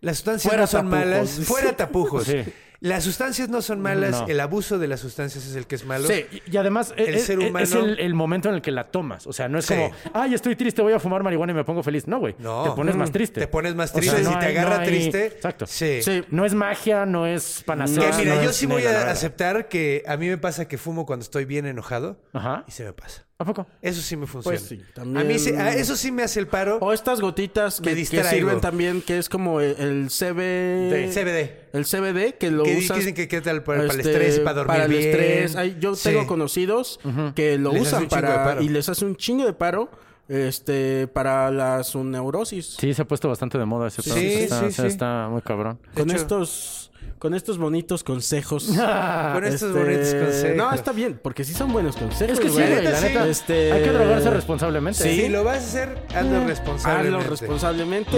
Speaker 5: las sustancias
Speaker 3: Fuera
Speaker 5: no son
Speaker 3: tapujos.
Speaker 5: malas, fuera tapujos.
Speaker 4: Sí.
Speaker 5: Las sustancias no son malas,
Speaker 4: No.
Speaker 5: el abuso de las sustancias es el que es malo.
Speaker 4: Sí, y- y además e- e-
Speaker 5: El
Speaker 4: es,
Speaker 5: ser humano-
Speaker 4: el, el momento en el que la tomas. O sea, no es
Speaker 5: Sí.
Speaker 4: como, ay, estoy triste, voy a fumar marihuana y me pongo feliz. No, güey.
Speaker 5: No. Mm.
Speaker 4: Te pones más triste.
Speaker 5: Te pones más
Speaker 4: O sea,
Speaker 5: triste,
Speaker 4: no
Speaker 5: si te
Speaker 4: hay-
Speaker 5: agarra
Speaker 4: no hay-
Speaker 5: triste.
Speaker 4: Exacto.
Speaker 5: Sí.
Speaker 3: Sí.
Speaker 4: No es magia, no es panacea.
Speaker 5: Que mira,
Speaker 4: no
Speaker 5: yo
Speaker 4: es
Speaker 5: sí voy
Speaker 4: nada, la
Speaker 5: a
Speaker 4: verdad.
Speaker 5: aceptar que a mí me pasa que fumo cuando estoy bien enojado
Speaker 4: Ajá.
Speaker 5: y se me pasa.
Speaker 4: ¿A poco?
Speaker 5: Eso sí me funciona.
Speaker 3: Pues sí,
Speaker 5: a mí
Speaker 3: también-
Speaker 5: se- a eso sí me hace el paro.
Speaker 3: O estas gotitas
Speaker 5: Me
Speaker 3: que, que
Speaker 5: distraigo.
Speaker 3: sirven también, que es como el, el CB...
Speaker 5: De- CBD.
Speaker 3: El CBD que lo
Speaker 5: Que di-
Speaker 3: usas...
Speaker 5: dicen que qué tal para- para el
Speaker 3: este,
Speaker 5: estrés, para dormir
Speaker 3: Para el
Speaker 5: bien.
Speaker 3: estrés. Ay, yo
Speaker 5: Sí.
Speaker 3: tengo conocidos que lo
Speaker 5: Les hace
Speaker 3: usan
Speaker 5: un chingo de
Speaker 3: para...
Speaker 5: paro.
Speaker 3: Y les hace un chingo de paro este para la su neurosis.
Speaker 4: Sí, se ha puesto bastante de moda ese
Speaker 5: Sí,
Speaker 4: pedo.
Speaker 5: sí,
Speaker 4: está,
Speaker 5: sí,
Speaker 4: está-
Speaker 5: sí.
Speaker 4: está muy cabrón.
Speaker 3: Con
Speaker 5: hecho-
Speaker 3: estos... Con estos bonitos consejos.
Speaker 5: <laughs> Con estos
Speaker 3: Este,
Speaker 5: bonitos consejos.
Speaker 3: No, está bien, porque sí son buenos consejos.
Speaker 4: Es que sí,
Speaker 3: güey.
Speaker 4: güey, la
Speaker 5: sí.
Speaker 4: neta.
Speaker 3: Este,
Speaker 4: Hay que drogarse responsablemente. ¿eh?
Speaker 5: Si lo vas a hacer, hazlo responsablemente.
Speaker 3: Eh, Hazlo responsablemente.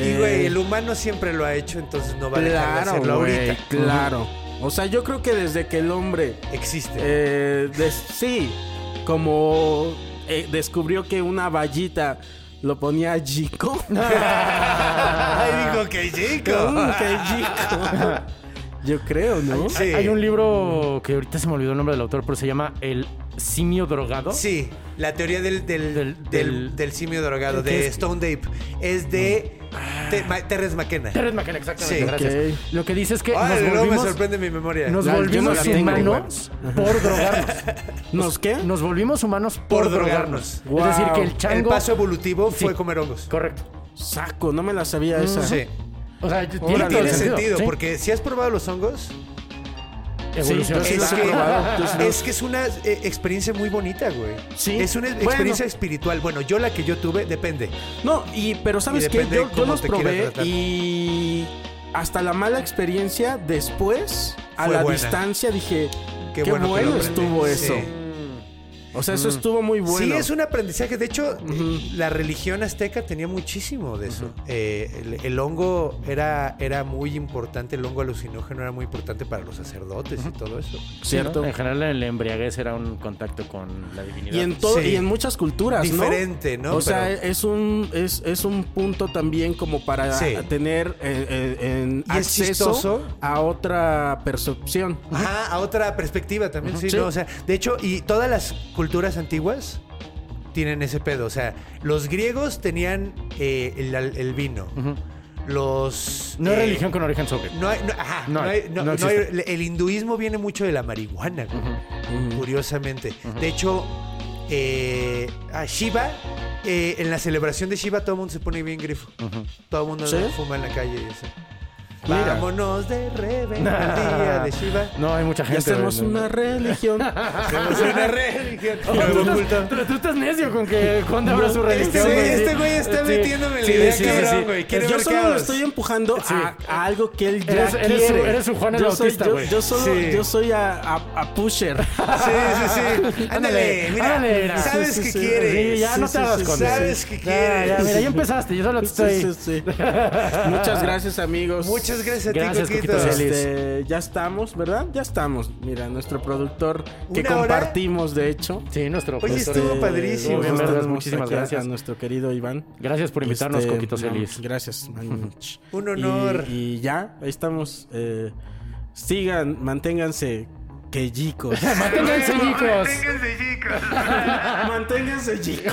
Speaker 5: Y,
Speaker 3: eh,
Speaker 5: güey, el humano siempre lo ha hecho, entonces no va a dejar de
Speaker 3: Claro,
Speaker 5: hacerlo
Speaker 3: güey,
Speaker 5: ahorita.
Speaker 3: claro. O sea, yo creo que desde que el hombre,
Speaker 5: <laughs> Existe.
Speaker 3: eh, des- sí, como eh, descubrió que una vallita lo ponía chico.
Speaker 5: <laughs> Ay, digo que chico.
Speaker 3: Yo creo, ¿no?
Speaker 5: Sí.
Speaker 4: Hay un libro que ahorita se me olvidó el nombre del autor, pero se llama El simio drogado.
Speaker 5: Sí, la teoría del, del, del,
Speaker 4: Del- del-
Speaker 5: del simio drogado, de
Speaker 4: ¿Qué es?
Speaker 5: Stone Ape, es de
Speaker 3: Mm.
Speaker 5: Te- Ma- Terrence
Speaker 4: <laughs>
Speaker 5: McKenna.
Speaker 4: Terence McKenna, exactamente.
Speaker 5: Sí.
Speaker 4: gracias.
Speaker 3: Ok.
Speaker 4: Lo que dice es que
Speaker 5: Ay,
Speaker 4: nos
Speaker 5: luego me
Speaker 4: volvimos,
Speaker 5: sorprende mi memoria.
Speaker 4: nos
Speaker 3: Ya, yo no la
Speaker 4: volvimos
Speaker 3: tengo,
Speaker 4: humanos <laughs> por drogarnos.
Speaker 3: ¿Nos qué?
Speaker 4: Nos volvimos humanos por,
Speaker 5: Por drogarnos.
Speaker 4: drogarnos. Es decir, que el chango.
Speaker 5: El paso evolutivo fue
Speaker 4: Sí.
Speaker 5: comer hongos.
Speaker 4: Correcto.
Speaker 3: Saco, no me la sabía esa.
Speaker 5: Sí.
Speaker 4: O sea, tiene,
Speaker 5: Y
Speaker 4: todo
Speaker 5: tiene
Speaker 4: el
Speaker 5: sentido,
Speaker 4: ¿sí?
Speaker 5: porque si has probado los hongos,
Speaker 4: Evolución.
Speaker 3: Sí, yo
Speaker 5: es,
Speaker 3: los he probado, yo sí
Speaker 5: que,
Speaker 3: los-
Speaker 5: es que es una eh, experiencia muy bonita, güey.
Speaker 3: Sí.
Speaker 5: Es una
Speaker 3: Bueno.
Speaker 5: experiencia espiritual. Bueno, yo la que yo tuve, depende.
Speaker 3: No, y pero sabes
Speaker 5: Y
Speaker 3: que
Speaker 5: depende
Speaker 3: yo,
Speaker 5: de
Speaker 3: yo
Speaker 5: cómo
Speaker 3: los
Speaker 5: te quieras
Speaker 3: probé
Speaker 5: tratar.
Speaker 3: y hasta la mala experiencia después a
Speaker 5: Fue
Speaker 3: la
Speaker 5: buena.
Speaker 3: distancia dije
Speaker 5: Qué
Speaker 3: qué,
Speaker 5: bueno
Speaker 3: bueno,
Speaker 5: que lo aprendí".
Speaker 3: estuvo
Speaker 5: Sí.
Speaker 3: eso. O O sea, eso estuvo muy bueno.
Speaker 5: Sí, es un aprendizaje. De hecho, la religión azteca tenía muchísimo de eso. Eh, el, el hongo era, era muy importante, el hongo alucinógeno era muy importante para los sacerdotes y todo eso.
Speaker 3: ¿Cierto?
Speaker 4: ¿no? En general, la embriaguez era un contacto con la divinidad.
Speaker 3: Y en todo,
Speaker 5: Sí.
Speaker 3: y en muchas culturas, ¿no?
Speaker 5: Diferente, ¿no?
Speaker 3: O sea,
Speaker 5: Pero-
Speaker 3: es un es, es un punto también como para
Speaker 5: Sí.
Speaker 3: tener eh, eh, en
Speaker 5: Y es
Speaker 3: acceso
Speaker 5: chistoso.
Speaker 3: a otra percepción.
Speaker 5: Ajá, a otra perspectiva también, sí,
Speaker 3: Sí.
Speaker 5: ¿no? O sea, de hecho, y todas las culturas antiguas tienen ese pedo. O sea, los griegos tenían eh, el, el vino. Los.
Speaker 4: No
Speaker 5: eh,
Speaker 4: hay religión con origen sobre.
Speaker 5: No hay, no, ajá,
Speaker 4: No
Speaker 5: no
Speaker 4: hay,
Speaker 5: hay- no-
Speaker 4: no
Speaker 5: no hay-
Speaker 4: existe.
Speaker 5: el hinduismo viene mucho de la marihuana, güey, curiosamente. De hecho, eh, a Shiva, eh, en la celebración de Shiva todo el mundo se pone bien grifo. Todo el mundo
Speaker 3: ¿Sí?
Speaker 5: fuma en la calle y eso.
Speaker 4: Mira.
Speaker 5: Vámonos de
Speaker 4: <laughs>
Speaker 5: rebeldía de Shiva.
Speaker 4: No, hay mucha
Speaker 3: Ya
Speaker 4: gente.
Speaker 3: hacemos
Speaker 4: güey.
Speaker 3: una <laughs>
Speaker 5: <laughs>
Speaker 3: religión.
Speaker 5: Tenemos una religión.
Speaker 4: Oh, tú, estás, tú- tú estás necio con que Juan de abra su
Speaker 5: Este
Speaker 4: religión.
Speaker 5: güey,
Speaker 4: sí.
Speaker 5: este güey está
Speaker 4: Sí.
Speaker 5: metiéndome en la
Speaker 4: Sí,
Speaker 5: idea,
Speaker 4: sí, sí,
Speaker 5: cabrón,
Speaker 4: sí.
Speaker 5: güey. Quiere
Speaker 3: yo
Speaker 5: ver
Speaker 3: solo lo
Speaker 5: caos.
Speaker 3: estoy empujando a, a algo que él ya
Speaker 4: Eres- eres su-
Speaker 3: quiere.
Speaker 4: eres su Juan el
Speaker 3: yo
Speaker 4: Bautista,
Speaker 3: soy, yo-
Speaker 4: güey.
Speaker 3: yo, solo-
Speaker 5: Sí.
Speaker 3: yo soy a, a- a pusher.
Speaker 4: <laughs>
Speaker 5: Sí, sí, sí. Ándale, mira.
Speaker 4: ándale, mira.
Speaker 3: Sí,
Speaker 5: Sabes
Speaker 3: sí,
Speaker 5: que
Speaker 3: sí.
Speaker 5: quieres.
Speaker 4: Sí, ya no
Speaker 3: Sí,
Speaker 4: te
Speaker 3: sí,
Speaker 4: hagas
Speaker 3: sí,
Speaker 4: con
Speaker 5: Sabes que
Speaker 4: Ya, Ah, ya,
Speaker 5: quieres.
Speaker 4: mira, ya empezaste. Yo solo te estoy.
Speaker 3: Sí, sí, sí. Muchas gracias, amigos.
Speaker 5: Muchas gracias a ti,
Speaker 4: Gracias,
Speaker 5: Coquito.
Speaker 4: Coquito Celis.
Speaker 3: Este, ya estamos, ¿verdad? Ya estamos. Mira, nuestro productor que
Speaker 5: ¿Una hora?
Speaker 3: compartimos, de hecho.
Speaker 4: Sí, nuestro.
Speaker 5: Oye,
Speaker 4: productor.
Speaker 5: estuvo
Speaker 3: Eh,
Speaker 5: padrísimo.
Speaker 3: nosotros
Speaker 4: Bien, vergas,
Speaker 3: tenemos
Speaker 4: muchísimas
Speaker 3: aquí a-
Speaker 4: gracias.
Speaker 3: A nuestro querido Iván.
Speaker 4: Gracias por invitarnos,
Speaker 3: Este,
Speaker 4: Coquito
Speaker 3: no,
Speaker 4: Celis. <laughs>
Speaker 3: Gracias, Manuch.
Speaker 5: Un honor.
Speaker 3: Y, y ya, ahí estamos. eh, sigan, manténganse
Speaker 4: <laughs>
Speaker 3: quellicos.
Speaker 4: Manténganse, chicos. <laughs>
Speaker 3: manténganse chicos.